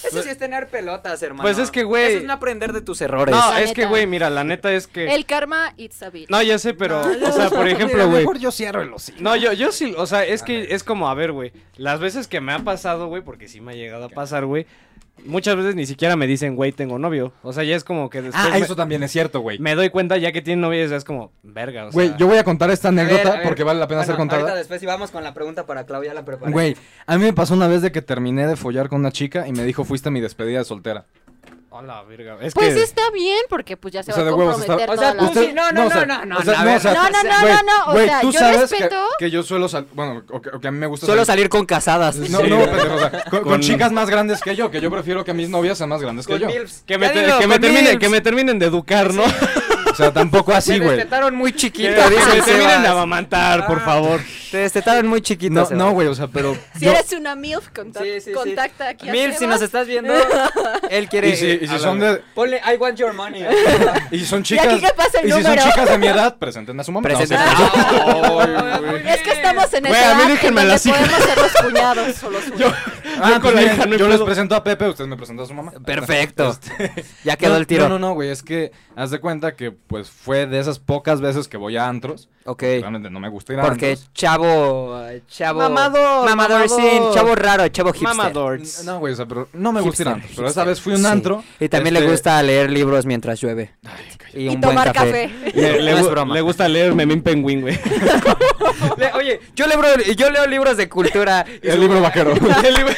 B: Eso sí es tener pelotas, hermano.
C: Pues es que, güey-
B: Eso es no aprender de tus errores.
C: No,
F: La
C: es que,
F: neta.
C: güey, mira, la neta es que.
F: El karma, it's a bitch.
C: No, ya sé, pero. o sea, por ejemplo, güey.
A: Mejor yo cierro el hocico.
C: No, yo, yo sí, o sea, es que es como, a ver, güey, las veces que me ha pasado, güey, porque sí me ha llegado a pasar, güey, muchas veces ni siquiera me dicen, güey, tengo novio. O sea, ya es como que después
D: Ah,
C: me,
D: eso también es cierto, güey.
C: me doy cuenta ya que tiene novia, ya es como, verga, o sea.
D: Güey, yo voy a contar esta
B: A ver,
D: anécdota
B: a ver.
D: porque vale la pena ser
B: Bueno,
D: contada.
B: Ahorita después y vamos con la pregunta para Claudia, la preparé.
D: Güey, a mí me pasó una vez de que terminé de follar con una chica y me dijo, fuiste mi despedida de soltera.
C: Hola, verga. Es
F: Pues
C: que.
F: está bien, porque pues ya se
D: O sea,
F: va a
D: de huevos, está-
F: comprometer
B: O sea,
F: toda la
B: tú sí- no, no,
D: o sea,
B: no, no,
D: o sea,
B: no, a ver.
F: No, no, no,
D: güey,
F: no, no, o
D: güey,
F: sea,
D: tú
F: yo
D: sabes
F: respeto-
D: Que, que yo suelo salir, bueno, o que, o que a mí me gusta
B: Suelo
D: salir-
B: salir con casadas.
D: No, pues,
C: Sí.
D: no, pendejo, o sea, con, con
C: Con-
D: chicas más grandes que yo, que yo prefiero que mis novias sean más grandes que
B: Con
D: yo.
B: milfs.
C: Que me,
B: Ya
C: te-
B: dilo,
C: que me
B: con
C: terminen,
B: milfs.
C: que me terminen de educar, ¿no?
D: O sea, tampoco así,
B: Te
D: güey.
B: destetaron muy
C: Que
B: chiquito, dice
C: me
B: el
C: terminen de
B: Sebas.
C: amamantar, por
B: Ah.
C: favor.
B: Te destetaron muy chiquito.
D: No,
B: Sebas.
D: no, güey, o sea, pero
F: Si
D: yo-
F: eres una MILF, conta-
B: Sí, sí, sí.
F: contacta aquí a
B: Mil, si
F: Sebas.
B: nos estás viendo, él quiere.
D: y si, y si
B: a la
D: son
B: vez.
D: de-
B: Ponle, I want your money.
D: y si son chicas
F: aquí qué pasa el
D: y si son
F: número?
D: chicas de mi edad, presenten a su mamá. No,
B: Presenten
D: o sea,
F: Es que estamos en
C: Güey,
F: esa
C: a mí
F: edad en
C: déjenme
F: donde
C: las hijas.
F: podemos ser los cuñados o los suegros.
D: ah,
C: Yo con la
D: pues
C: hija no
D: yo les
C: puedo.
D: presento a Pepe, usted me presenta a su mamá.
B: Perfecto. Este, Ya
D: No,
B: quedó el tiro.
D: No, no, no, güey, es que haz de cuenta que pues fue de esas pocas veces que voy a antros.
B: Ok.
D: Realmente no me gusta ir a
B: Porque
D: antros.
B: chavo. Chavo.
C: Mamador,
B: Mamadorcín,
C: mamador.
B: Chavo raro, chavo hipster.
C: Mamadorts.
D: No, güey, o sea, pero no me gusta ir a
B: Hipster,
D: antros. Pero esta
B: hipster.
D: vez fui a un
B: Sí.
D: antro.
B: Y también le
D: este,
B: gusta leer libros mientras llueve. y un buen
F: tomar
B: café.
F: café.
C: Le, le
B: No es
C: gu-
B: broma.
C: le gusta leer Memín Penguin, güey.
B: Le- oye, yo leo, yo leo libros de cultura. y
D: El
B: su-
D: libro vaquero.
C: El libro-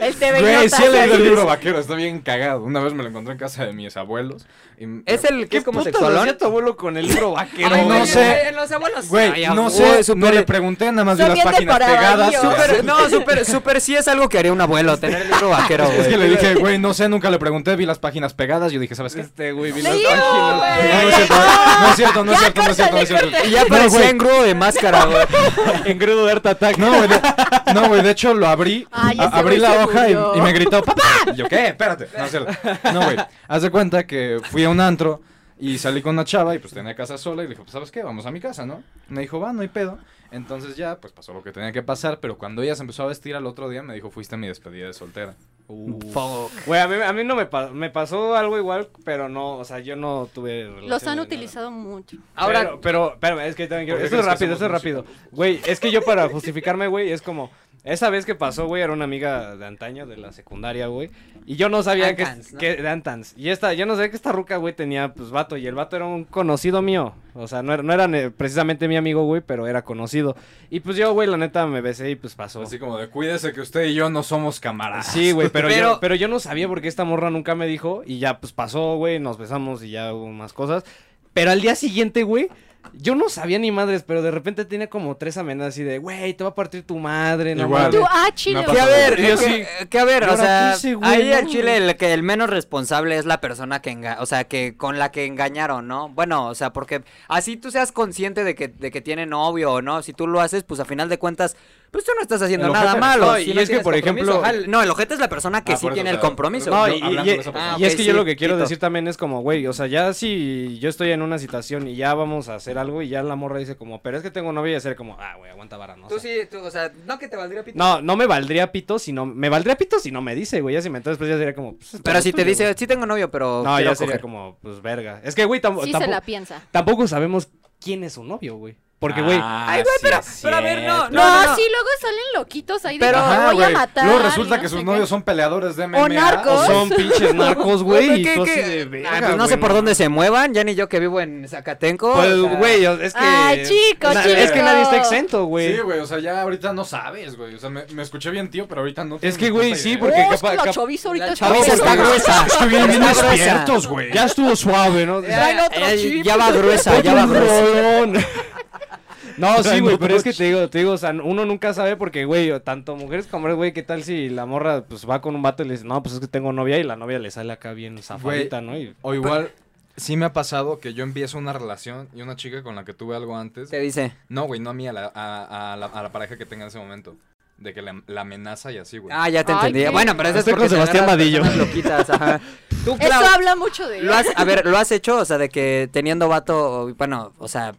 F: El TV
D: Güey,
F: Notas.
D: sí he leído el libro vaquero, está bien cagado. Una vez me lo encontré en casa de mis abuelos. y-
B: Es el que es como sexualón.
C: hacía tu abuelo con el libro vaquero?
D: Ay,
B: güey,
D: no sé.
B: En los abuelos.
D: Güey,
B: Ay,
D: no
B: abuelo,
D: sé, no
B: súper-
D: le pregunté, nada más vi
F: Son
D: las
F: bien
D: páginas pegadas.
F: depravadillos.
D: Súper-
B: súper- no, súper, súper sí es algo que haría un abuelo, tener el libro vaquero, güey.
D: Es que le dije, güey, no sé, nunca le pregunté, vi las páginas pegadas. Yo dije, ¿sabes qué?
C: Este, güey, vi
F: Le
C: las
F: digo,
C: páginas.
F: güey.
D: No, no es cierto, no es cierto, no es cierto, no es cierto, no es cierto.
B: Y ya
D: No,
B: parecía
D: güey.
B: en grudo de máscara, güey.
C: En Grudo de Art Attack.
D: No, güey, de, no, güey, de hecho lo abrí,
F: Ay,
D: a-
F: ese
D: abrí
F: güey
D: la
F: se
D: hoja y,
F: murió.
D: y me gritó, ¡papá! Y yo, ¿qué? Espérate. No, es cierto. No, güey, haz de cuenta que fui a un antro y salí con una chava y pues tenía casa sola y le dije, pues, ¿sabes qué? Vamos a mi casa, ¿no? Me dijo, va, no hay pedo. Entonces ya, pues pasó lo que tenía que pasar, pero cuando ella se empezó a vestir al otro día me dijo, fuiste mi despedida de soltera.
C: Güey, a mí, a mí no me, pa- me pasó algo igual, pero no, o sea, yo no tuve. relación
F: Los han
C: ni nada.
F: utilizado mucho.
C: Ahora,
B: Ahora-
C: pero, pero, espérame, es que también quiero.
D: ¿Por qué
C: Esto es
D: crees que
C: rápido, esto es
D: somos
C: rápido. Güey, es que yo para justificarme, güey, es como. Esa vez que pasó, güey, era una amiga de antaño, de la secundaria, güey. Y yo no sabía que,
B: Antans, ¿no?
C: que- De Antans. Y esta, yo no sabía que esta ruca, güey, tenía, pues, vato. Y el vato era un conocido mío. O sea, no era, no era ne- precisamente mi amigo, güey, pero era conocido. Y pues yo, güey, la neta me besé y pues pasó.
D: Así como de, cuídese que usted y yo no somos camaradas.
C: Sí, güey, pero,
B: Pero-
C: Yo, pero yo no sabía porque esta morra nunca me dijo y ya pues pasó, güey, nos besamos y ya hubo más cosas. Pero al día siguiente, güey, yo no sabía ni madres, pero de repente tiene como tres amenazas y de, güey, te va a partir tu madre, no
D: Igual.
C: mames.
F: Tú, ah, chile.
D: No
B: Que a
D: pasa
B: ver,
D: nada. Yo
B: es que, que a ver,
C: Yo
B: o
C: ahora
B: sea,
C: qué sé, güey,
B: ahí
C: no,
B: al chile
C: güey.
B: el que el menos responsable es la persona que enga o sea, que con la que engañaron, ¿no? Bueno, o sea, porque así tú seas consciente de que, de que tiene novio o no, si tú lo haces, pues a final de cuentas, pues tú no estás haciendo
C: El
B: nada
C: ojete.
B: malo.
C: No,
B: si
C: y
B: no
C: es que,
B: tienes
C: por
B: compromiso.
C: ejemplo-
B: Ajá, no, el ojete es la persona que
D: Ah,
B: sí
D: por eso,
B: tiene
D: o
B: el
D: sea,
B: compromiso.
C: No,
D: yo
C: y,
D: hablando
C: y-
D: con esa persona.
C: y es
B: Ah,
C: que
B: ok,
C: yo
B: sí,
C: lo que quiero
B: Tito.
C: decir también es como, güey, o sea, ya si yo estoy en una situación y ya vamos a hacer algo y ya la morra dice como, pero es que tengo novia y hacer como, ah, güey, aguanta vara, no
B: Tú
C: sé".
B: sí, tú, o sea, no que te valdría pito.
C: No, no me valdría pito si no, me valdría pito si no me dice, güey, ya si me entonces pues ya sería como, pues,
B: pero si te
C: tuyo,
B: dice,
C: güey.
B: sí tengo novio, pero
C: No,
B: quiero
C: ya sería
B: coger".
C: como, pues verga. Es que, güey, tam-
F: Sí se
C: tampoco,
F: la piensa.
C: tampoco sabemos quién es su novio, güey. Porque, güey.
D: Ah,
B: Ay, güey, pero, pero a ver, no, no, no, no.
F: Ah, sí, luego salen loquitos ahí de
B: Pero-
F: que
B: Ajá,
F: te voy a
D: güey.
F: matar.
D: Luego
F: y
D: resulta
F: no
D: que sus
F: sé
D: novios
F: qué.
D: son peleadores de MMA.
F: narcos.
C: o son pinches narcos, güey. y
B: ¿Qué,
C: tú
B: qué?
C: así de,
B: Ah,
C: verga,
B: pues no
C: güey,
B: sé por
C: no
B: dónde
C: mames.
B: se muevan, ya ni yo que vivo en Zacatenco. o sea,
C: Pues, güey, o- es que.
F: Ay, chico,
C: na- Es que
F: chico.
C: nadie está exento, güey.
D: Sí, güey, o sea, ya ahorita no sabes, güey. O sea, me, me escuché bien, tío, pero ahorita no.
C: Es
D: tengo
C: que, güey,
D: puta
C: sí,
D: idea.
C: porque
F: Oh, es que
C: capaz-
F: la
C: cap-
B: La
F: chaviza ahorita
B: chaviza
F: está
B: está
F: pesada.
B: gruesa.
D: Estuvieron bien
B: Está gruesa.
D: despiertos, güey.
C: ya estuvo suave, ¿no?
B: Ya,
F: otro
B: eh,
F: chip.
B: ya va gruesa, ya va
C: Otro
B: gruesa.
C: rolón. No, sí, güey,
D: Dando
C: pero es que
D: broche.
C: te digo, te digo, o sea, uno nunca sabe porque, güey, o tanto mujeres como hombres, güey, ¿qué tal si la morra, pues, va con un vato y le dice, no, pues, es que tengo novia y la novia le sale acá bien zafadita, ¿no? Y-
D: O igual, sí me ha pasado que yo empiezo una relación y una chica con la que tuve algo antes.
B: Te dice.
D: No, güey, no a mí, a la, a, a la, a la pareja que tenga en ese momento. De que la, la amenaza y así, güey.
B: Ah, ya te
F: Ay,
B: entendí.
F: qué-
B: Bueno, pero eso es
C: Estoy con
B: porque te
C: Sebastián
B: agarras
C: Vadillo.
B: personas Loquitas, ajá. Tú,
F: Eso
B: Clau,
F: habla mucho de él.
B: lo has, a ver, ¿lo has hecho? O sea, de que teniendo vato, o- bueno, o sea,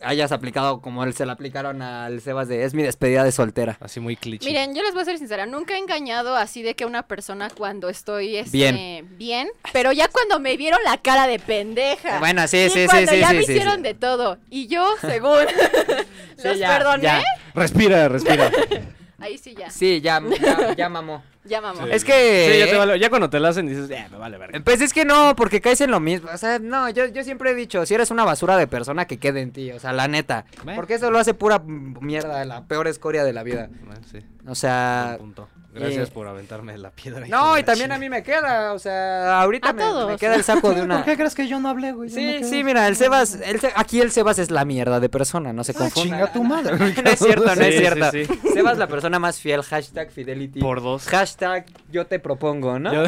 B: hayas aplicado como él se la aplicaron al Sebas de es mi despedida de soltera.
C: Así muy cliché.
F: Miren, yo les voy a ser sincera, nunca he engañado así de que a una persona cuando estoy este,
B: Bien.
F: bien, pero ya cuando me vieron la cara de pendeja.
B: Bueno, sí,
F: y
B: sí, sí,
F: cuando
B: sí,
F: ya
B: sí,
F: me
B: sí,
F: hicieron
B: sí.
F: de todo y yo, según
B: Sí,
F: los
B: ya,
F: perdoné,
B: ya.
C: Respira, respira.
F: ahí sí ya.
B: Sí, ya, ya, ya mamó.
F: Ya mamá.
D: Sí.
B: Es que...
C: Sí, ya, te vale- ya cuando te la hacen dices, ya, me vale verga.
B: Pues es que no, porque caes en lo mismo. O sea, no, yo, yo siempre he dicho, si eres una basura de persona, que quede en ti. O sea, la neta.
C: Bueno.
B: Porque eso lo hace pura mierda, la peor escoria de la vida.
C: Bueno, sí,
B: O
C: buen
B: sea...
C: punto. Gracias
B: y-
C: por aventarme la piedra. hijo
B: Ah, eh. No,
C: de
B: y
C: la
B: también
C: chingada.
B: a mí me queda, o sea, ahorita
F: A
B: me,
F: todos.
B: me queda el saco de una...
G: crees que yo no hablé, güey?
B: Sí, sí, mira, el Sebas, el Se- aquí el Sebas es la mierda de persona,
C: Ah,
B: no se
G: "Ah,
B: confunda.
D: chinga tu madre.
B: No es cierto, no
C: Sí,
B: es
C: sí,
B: cierto.
C: sí.
B: Sebas la persona más fiel, hashtag fidelity.
C: Por dos.
B: Hashtag yo te propongo, ¿no?
C: Yo-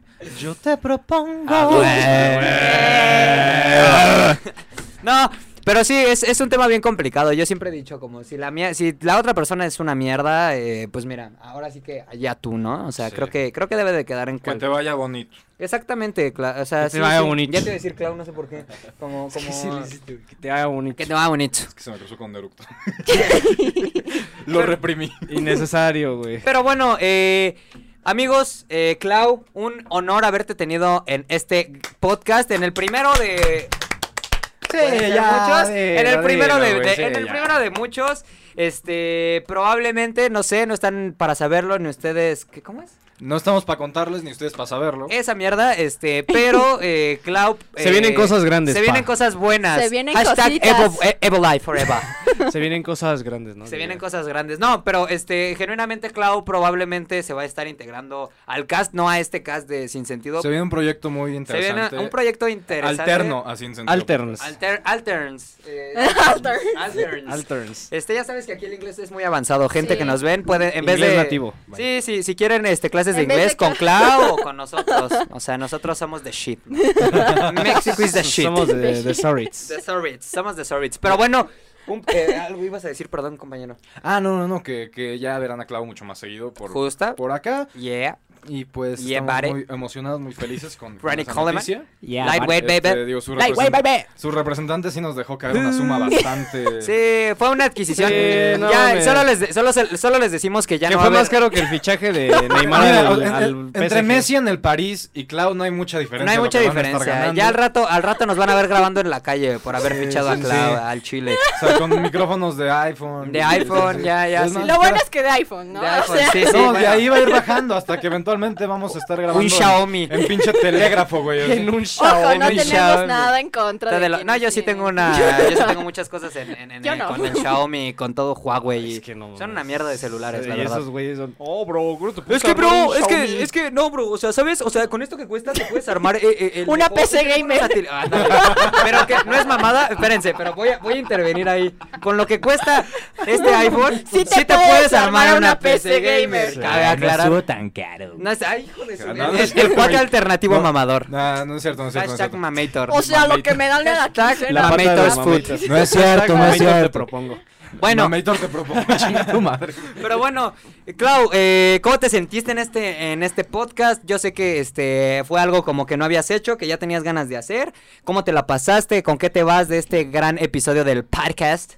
G: Yo te propongo.
C: Ah,
B: No, pero sí, es, es un tema bien complicado. Yo siempre he dicho, como si la mía, si la otra persona es una mierda, eh, pues mira, ahora sí que allá tú, ¿no? O sea,
D: Sí.
B: creo que, creo que debe de quedar en
D: Que te
B: cuenta.
D: vaya bonito.
B: Exactamente, Cla- o sea,
C: Que te
B: sí,
C: vaya
B: sí.
C: bonito.
B: Ya te iba a decir, Clau, no sé por qué. Como, como.
C: Que te haga bonito.
B: Que te va bonito.
D: Es que se me cruzó con Deructo. Lo reprimí.
C: Innecesario, güey.
B: Pero bueno, eh, amigos, eh, Clau, un honor haberte tenido en este podcast, en el primero de... pueden ser muchos, en el primero de, de- en el primero de muchos, este, probablemente, no sé, no están para saberlo ni ustedes, ¿qué, ¿cómo es?
D: No estamos para contarles ni ustedes para saberlo.
B: Esa mierda, este, pero eh, Clau,
C: Se
B: eh,
C: vienen cosas grandes,
B: se vienen
C: pa.
B: cosas buenas,
F: Se vienen
B: hashtag
F: cositas.
B: Evo- eh, Evo Life forever.
C: Se vienen cosas grandes, ¿no?
B: Se vienen cosas grandes. No, pero este, genuinamente Clau probablemente se va a estar integrando al cast, no a este cast de Sin Sentido.
D: Se viene un proyecto muy
B: Se viene
D: interesante.
B: un proyecto interesante.
D: Alterno, así en sentido.
C: Alterns.
B: Alter- alterns. eh, alterns.
C: Alterns.
B: Este, ya sabes que aquí el inglés es muy avanzado. Gente
F: Sí.
B: que nos ven puede, en vez
C: Inglés
B: de.
C: nativo.
B: Sí, sí, si quieren este, clases de
F: En vez de
B: inglés con Clau o con nosotros. O sea, nosotros somos the shit. ¿no? Mexico is the shit.
C: Somos de, de Sorits.
B: the Sorits, Somos the Sorits. Pero bueno, un- eh, algo ibas a decir, perdón, compañero.
D: Ah, no, no, no, que, que ya verán a Clau mucho más seguido por,
B: Justa.
D: por acá.
B: Yeah.
D: Y pues
B: Yeah,
D: estamos
B: buddy.
D: muy emocionados, muy felices con, con
B: Ronnie
D: esa
B: Coleman.
D: noticia.
B: Lightweight,
D: Este,
B: baby.
D: digo, su,
B: Lightweight,
D: represent-
B: baby.
D: su representante sí nos dejó caer una suma bastante...
B: Sí, fue una adquisición.
C: Sí, no
B: ya,
C: mames.
B: solo les, de- solo, se- solo les decimos que ya
C: que
B: no va
C: fue
B: a haber-
C: más caro que el fichaje de Neymar
D: Mira,
C: al,
D: en-
C: al
D: en-
C: PSG.
D: entre Messi en el París y Clau no hay mucha diferencia.
B: No hay
D: lo
B: mucha
D: que van a estar
B: diferencia.
D: ganando.
B: Ya al rato, al rato nos van a ver grabando en la calle por haber
D: Sí,
B: fichado
D: sí,
B: a Clau,
D: sí.
B: al Chile.
D: O sea, con micrófonos de iPhone.
B: De iPhone, ya, ya,
D: Es
B: sí.
D: más,
F: Lo bueno es que de iPhone, ¿no?
B: De
F: O
B: iPhone,
F: sea,
B: sí, sí,
D: No, de
B: bueno.
D: ahí va a ir bajando hasta que eventualmente vamos a estar grabando.
B: Un
D: en-
B: Xiaomi.
D: En pinche telégrafo, güey. así.
C: En un
F: ojo,
C: Xiaomi.
F: no tenemos
B: Xiaomi.
F: nada en contra de,
B: De lo-
F: quienes
B: no, yo sí
F: tienen.
B: tengo una. Yo sí tengo muchas cosas en, en- en-
F: Yo
B: eh,
F: no.
B: con el Xiaomi, con todo Huawei.
C: Es que no,
B: son una
C: mames.
B: mierda de celulares, la
C: Y
B: verdad.
C: esos güeyes son. Oh, bro, creo te
B: Es que, bro, es que, es que, no, bro, o sea, ¿sabes? O sea, con esto que cuesta te puedes armar eh, eh, el
F: Una
B: negocio,
F: PC
B: tienes
F: gamer.
B: una tele- Ah, no. pero que no es mamada, espérense, pero voy a, voy a intervenir ahí. Con lo que cuesta este iPhone, sí te, puedes armar una, PC gamer. Cabe aclarar. No,
G: Ah, tan caro.
B: es, ay, hijo de su...
D: Ah, No, no
B: el,
D: estuvo
B: el cuate
D: bien.
B: alternativo
D: No.
B: mamador.
D: Nah, no es cierto, no es cierto. No es
B: Hashtag
D: cierto.
B: mamator.
F: O sea, lo que me dan de la
B: Hashtag
C: La pata de
B: mamator's
C: los
B: food.
C: mamitas.
G: No es cierto, no es
C: Mamito, te
G: cierto.
C: propongo.
B: Bueno,
D: Mamator te propongo, chinga tu madre.
B: Pero bueno, Clau, eh, ¿cómo te sentiste en este, en este podcast? Yo sé que este fue algo como que no habías hecho, que ya tenías ganas de hacer. ¿Cómo te la pasaste? ¿Con qué te vas de este gran episodio del podcast?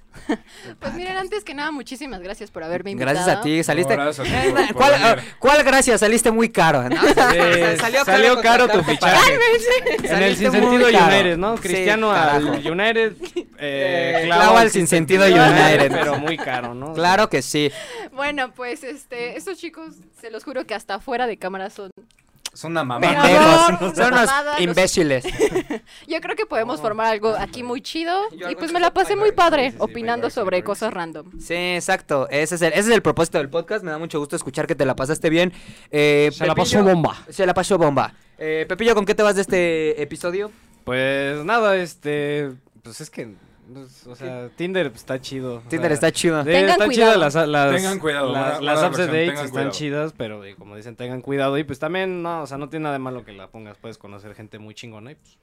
F: Pues miren, antes que nada, muchísimas gracias por haberme invitado.
B: Gracias a ti, saliste.
D: No, gracias a ti
B: Eh,
D: por- por
B: ¿cuál,
D: venir.
B: ah, cuál gracias? Saliste muy caro. ¿no?
C: Sí, Eh, salió caro
B: contratarte
C: tu fichaje.
B: para-
C: En el
B: Saliste muy
C: sinsentido
B: caro.
C: United, ¿no?
B: Sí,
C: Cristiano al
B: carajo.
C: United.
B: Eh,
C: Eh,
B: Clau al sinsentido United.
C: Pero muy caro, ¿no?
B: Claro que sí.
F: Bueno, pues este, estos chicos, se los juro que hasta fuera de cámara son.
D: Es una mamada.
B: Pendejos.
F: amor,
B: Son unos
F: mamada, los-
B: imbéciles.
F: Yo creo que podemos formar algo aquí muy chido.
B: Yo
F: Y
B: algo
F: pues
B: que
F: me la
B: sepa,
F: pasé
B: ¿no?
F: muy padre
C: Sí, sí, sí,
F: opinando
C: venga,
F: sobre
C: venga.
F: cosas random.
B: Sí, exacto. Ese es, el, ese es el propósito del podcast. Me da mucho gusto escuchar que te la pasaste bien. Eh,
C: Se la
B: Pepillo-
C: pasó bomba.
B: Se la pasó bomba. Eh, Pepillo, ¿con qué te vas de este episodio?
C: Pues nada, este. Pues es que. pues, O sea, Tinder pues, está chido. o
B: Tinder
C: sea,
B: está chido.
C: de-
F: Tengan
C: están
F: cuidado.
C: chidas las, las-
D: Tengan cuidado,
C: Las,
D: buena-
C: las
D: buena
C: apps de
D: versión,
C: dates
D: tengan
C: están
D: cuidado.
C: chidas, pero y como dicen, tengan cuidado. Y pues también, no, o sea, no tiene nada de malo que la pongas. Puedes conocer gente muy chingona. Y pues,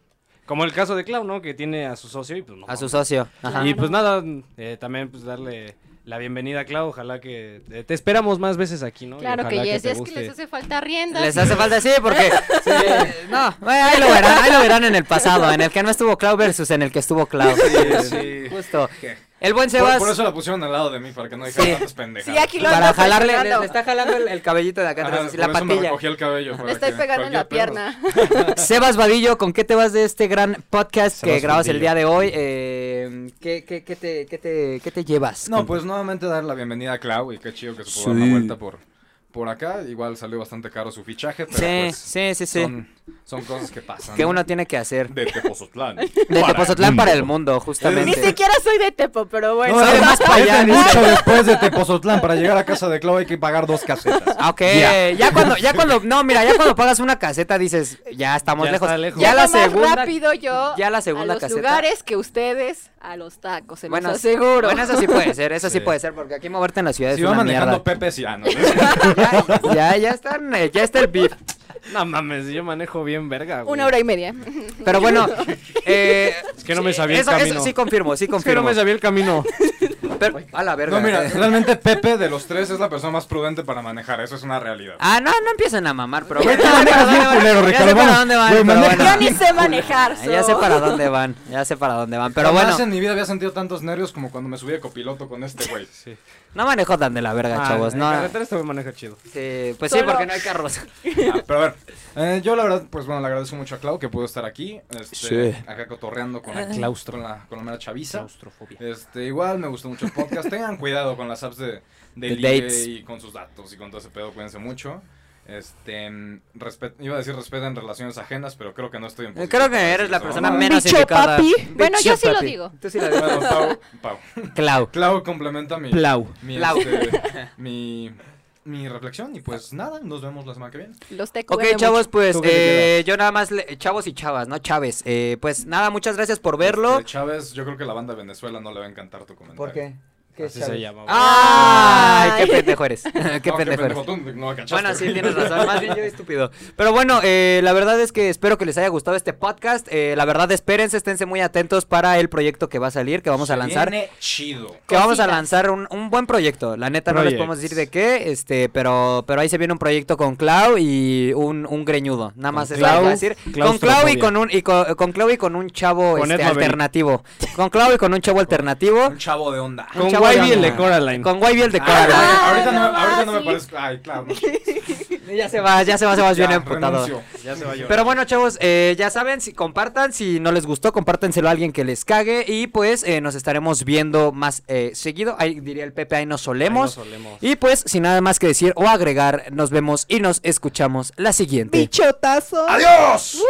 C: como el caso de Clau, ¿no? Que tiene a su socio y pues no.
B: A su
C: mames.
B: socio. Ajá.
C: Y pues nada, eh, también pues darle la bienvenida, Clau. Ojalá que eh, te, te esperamos más veces aquí, ¿no? Y
F: Claro que
C: ojalá
F: yes,
C: te
F: es que les
C: guste.
F: hace falta rienda.
B: Les hace falta, sí, porque. sí, no, bueno, ahí lo, verán, ahí lo verán en el pasado, en el que no estuvo Clau versus en el que estuvo Clau.
D: sí.
B: Justo.
D: ¿Qué?
B: El buen
D: Por,
B: Sebas.
D: por eso la pusieron al lado de mí, para que no dejara
B: Sí.
D: tantas pendejas.
F: Sí, aquí lo
B: para
F: ando
B: jalarle, le,
F: presionando.
B: le está jalando el, el cabellito de acá atrás, así, la
D: me
B: patilla.
D: recogí el cabello.
F: Le
D: para
F: estoy
D: que
F: pegando en la
D: cualquier perro-
F: pierna.
B: Sebas Vadillo, ¿con qué te vas de este gran podcast que
D: Sebas
B: grabas el
D: Vadillo.
B: día de hoy? Eh, ¿qué, qué, qué te, qué, te, qué te llevas?
D: No,
B: Con-
D: pues nuevamente dar la bienvenida a Clau y qué chido que se pudo
A: Sí.
D: dar la vuelta por, por acá. Igual salió bastante caro su fichaje, pero
B: Sí,
D: pues
B: sí, sí, sí.
D: Son, son cosas que pasan.
B: Que
D: ¿no?
B: uno tiene que hacer.
D: De Tepozotlán.
B: De Tepozotlán para el mundo, justamente.
F: Ni siquiera soy de Tepo, pero bueno.
B: Sabe más para allá,
D: Es de
B: ¿no?
D: mucho este después de Tepozotlán. Para llegar a casa de Clau hay que pagar dos casetas.
B: Ah, Ok, ya cuando, ya cuando, no, mira, ya cuando pagas una caseta dices, ya estamos
C: Ya
B: lejos.
C: está lejos.
B: Ya
F: Llego
B: la
F: más
B: segunda.
F: rápido yo
B: ya la
F: a
B: segunda
F: los
B: caseta.
F: lugares que ustedes a los tacos, se
B: Bueno,
F: los aseguro.
B: Bueno, eso sí puede ser, eso sí,
D: Sí.
B: puede ser, porque aquí moverte en la ciudad
D: Si
B: es
D: va
B: una
D: manejando
B: mierda.
D: Pepe, sí. Ah, no.
B: Ya, ya, ya están, eh, ya está el beef.
C: No mames, yo manejo bien verga, güey.
F: Una hora y media.
B: Pero bueno, eh,
C: Es que no me sabía el
B: eso, eso
C: camino.
B: sí confirmo, sí
C: Es que no
B: confirmo.
C: me sabía el camino.
B: Pero- a la verga.
D: No, mira,
B: eh.
D: realmente Pepe de los tres es la persona más prudente para manejar. Eso es una realidad.
B: Ah, no, no empiecen a mamar, pero
A: Güey, tú
B: Ya sé
A: manejas
B: para
A: bien
B: dónde
A: culero, Ricardo,
B: van, Ya sé para
A: vamos.
B: dónde van,
A: Güey,
B: pero
A: maneja-
B: bueno.
F: Yo ni sé manejar.
B: Ya sé
F: so.
B: para dónde van, ya sé para dónde van, pero
D: Jamás
B: bueno,
D: en mi vida había sentido tantos nervios como cuando me subí de copiloto con este güey.
B: no manejo tan de la verga,
C: Ah,
B: chavos,
C: en
B: no.
C: carretera este güey maneja chido.
B: Sí, pues sí,
F: Solo-
B: porque no hay carros.
D: Ah, pero a ver, eh, yo la verdad, pues bueno, le agradezco mucho a Clau que pudo estar aquí, este,
A: Sí.
D: acá cotorreando con la,
C: Claustro.
D: con la, con la mera chaviza.
C: Claustrofobia.
D: Este, igual me gustó mucho el podcast. Tengan cuidado con las apps de, de
B: De
D: ligue
B: dates.
D: y con sus datos y con todo ese pedo, cuídense mucho. Este, mm, respet- iba a decir respeten relaciones ajenas, pero creo que no estoy en
B: Eh,
D: posición
B: Creo que
D: para
B: eres la
D: decir eso,
B: persona
D: ¿no?
B: menos
F: Bicho,
B: indicada.
F: papi. Bueno, yo
B: Bicho,
F: sí lo
B: papi.
F: digo.
B: Tú sí lo dices.
D: Bueno, Pau, Pau.
B: Clau.
D: Clau complementa mi,
A: Plau.
D: mi,
B: Clau.
D: este, mi, mi reflexión y pues nada, nos vemos la semana que viene.
F: Los tacos.
B: Ok, chavos, pues
D: ¿Tú qué te
B: eh, yo nada más, le- chavos y chavas, ¿no? Chávez. Eh, pues nada, muchas gracias por verlo.
D: Este, Chávez, yo creo que la banda de Venezuela no le va a encantar tu comentario.
B: ¿Qué
C: Así se llama. güey.
F: Ah,
B: ¡Ay! ¡Qué
F: Ay.
B: pendejo eres! ¡Qué
D: No,
B: pendejo eres!
D: tú no cachaste.
B: Bueno, sí, tienes razón. Más bien yo estúpido. Pero bueno, eh, la verdad es que espero que les haya gustado este podcast. Eh, la verdad, espérense, esténse muy atentos para el proyecto que va a salir, que vamos a
D: Se
B: lanzar.
D: viene chido.
B: Que vamos a
F: Cositas.
B: lanzar un, un buen proyecto. La neta, no les
C: Projects.
B: podemos decir de qué, este, pero, pero ahí se viene un proyecto con Clau y un, un greñudo. Nada más es lo que
C: Clau,
B: voy a decir. Con Clau y
C: claustrofobia.
B: con un y con, con Clau y con un chavo
C: Con
B: este,
C: Ed Maverick.
B: alternativo. Con Clau y con un chavo alternativo.
D: Un chavo de onda.
B: Un
C: Con
B: chavo
C: Wybie y el
B: llama-
C: de Coraline.
B: Con Waybiel de
D: Ah,
B: Coraline.
D: ahorita, no,
F: no
D: ahorita no me
F: más,
D: parezco. Ay, claro.
B: Ya se va, ya se va, se va bien emputado.
D: Ya se va yo.
B: Pero bueno, chavos, eh, ya saben, si compartan, si no les gustó, compártenselo a alguien que les cague. Y pues eh, nos estaremos viendo más eh, seguido. Ahí diría el Pepe, ahí nos solemos.
C: Ay, no solemos.
B: Y pues, sin nada más que decir o agregar, nos vemos y nos escuchamos la siguiente.
F: Bichotazo.
D: ¡Adiós!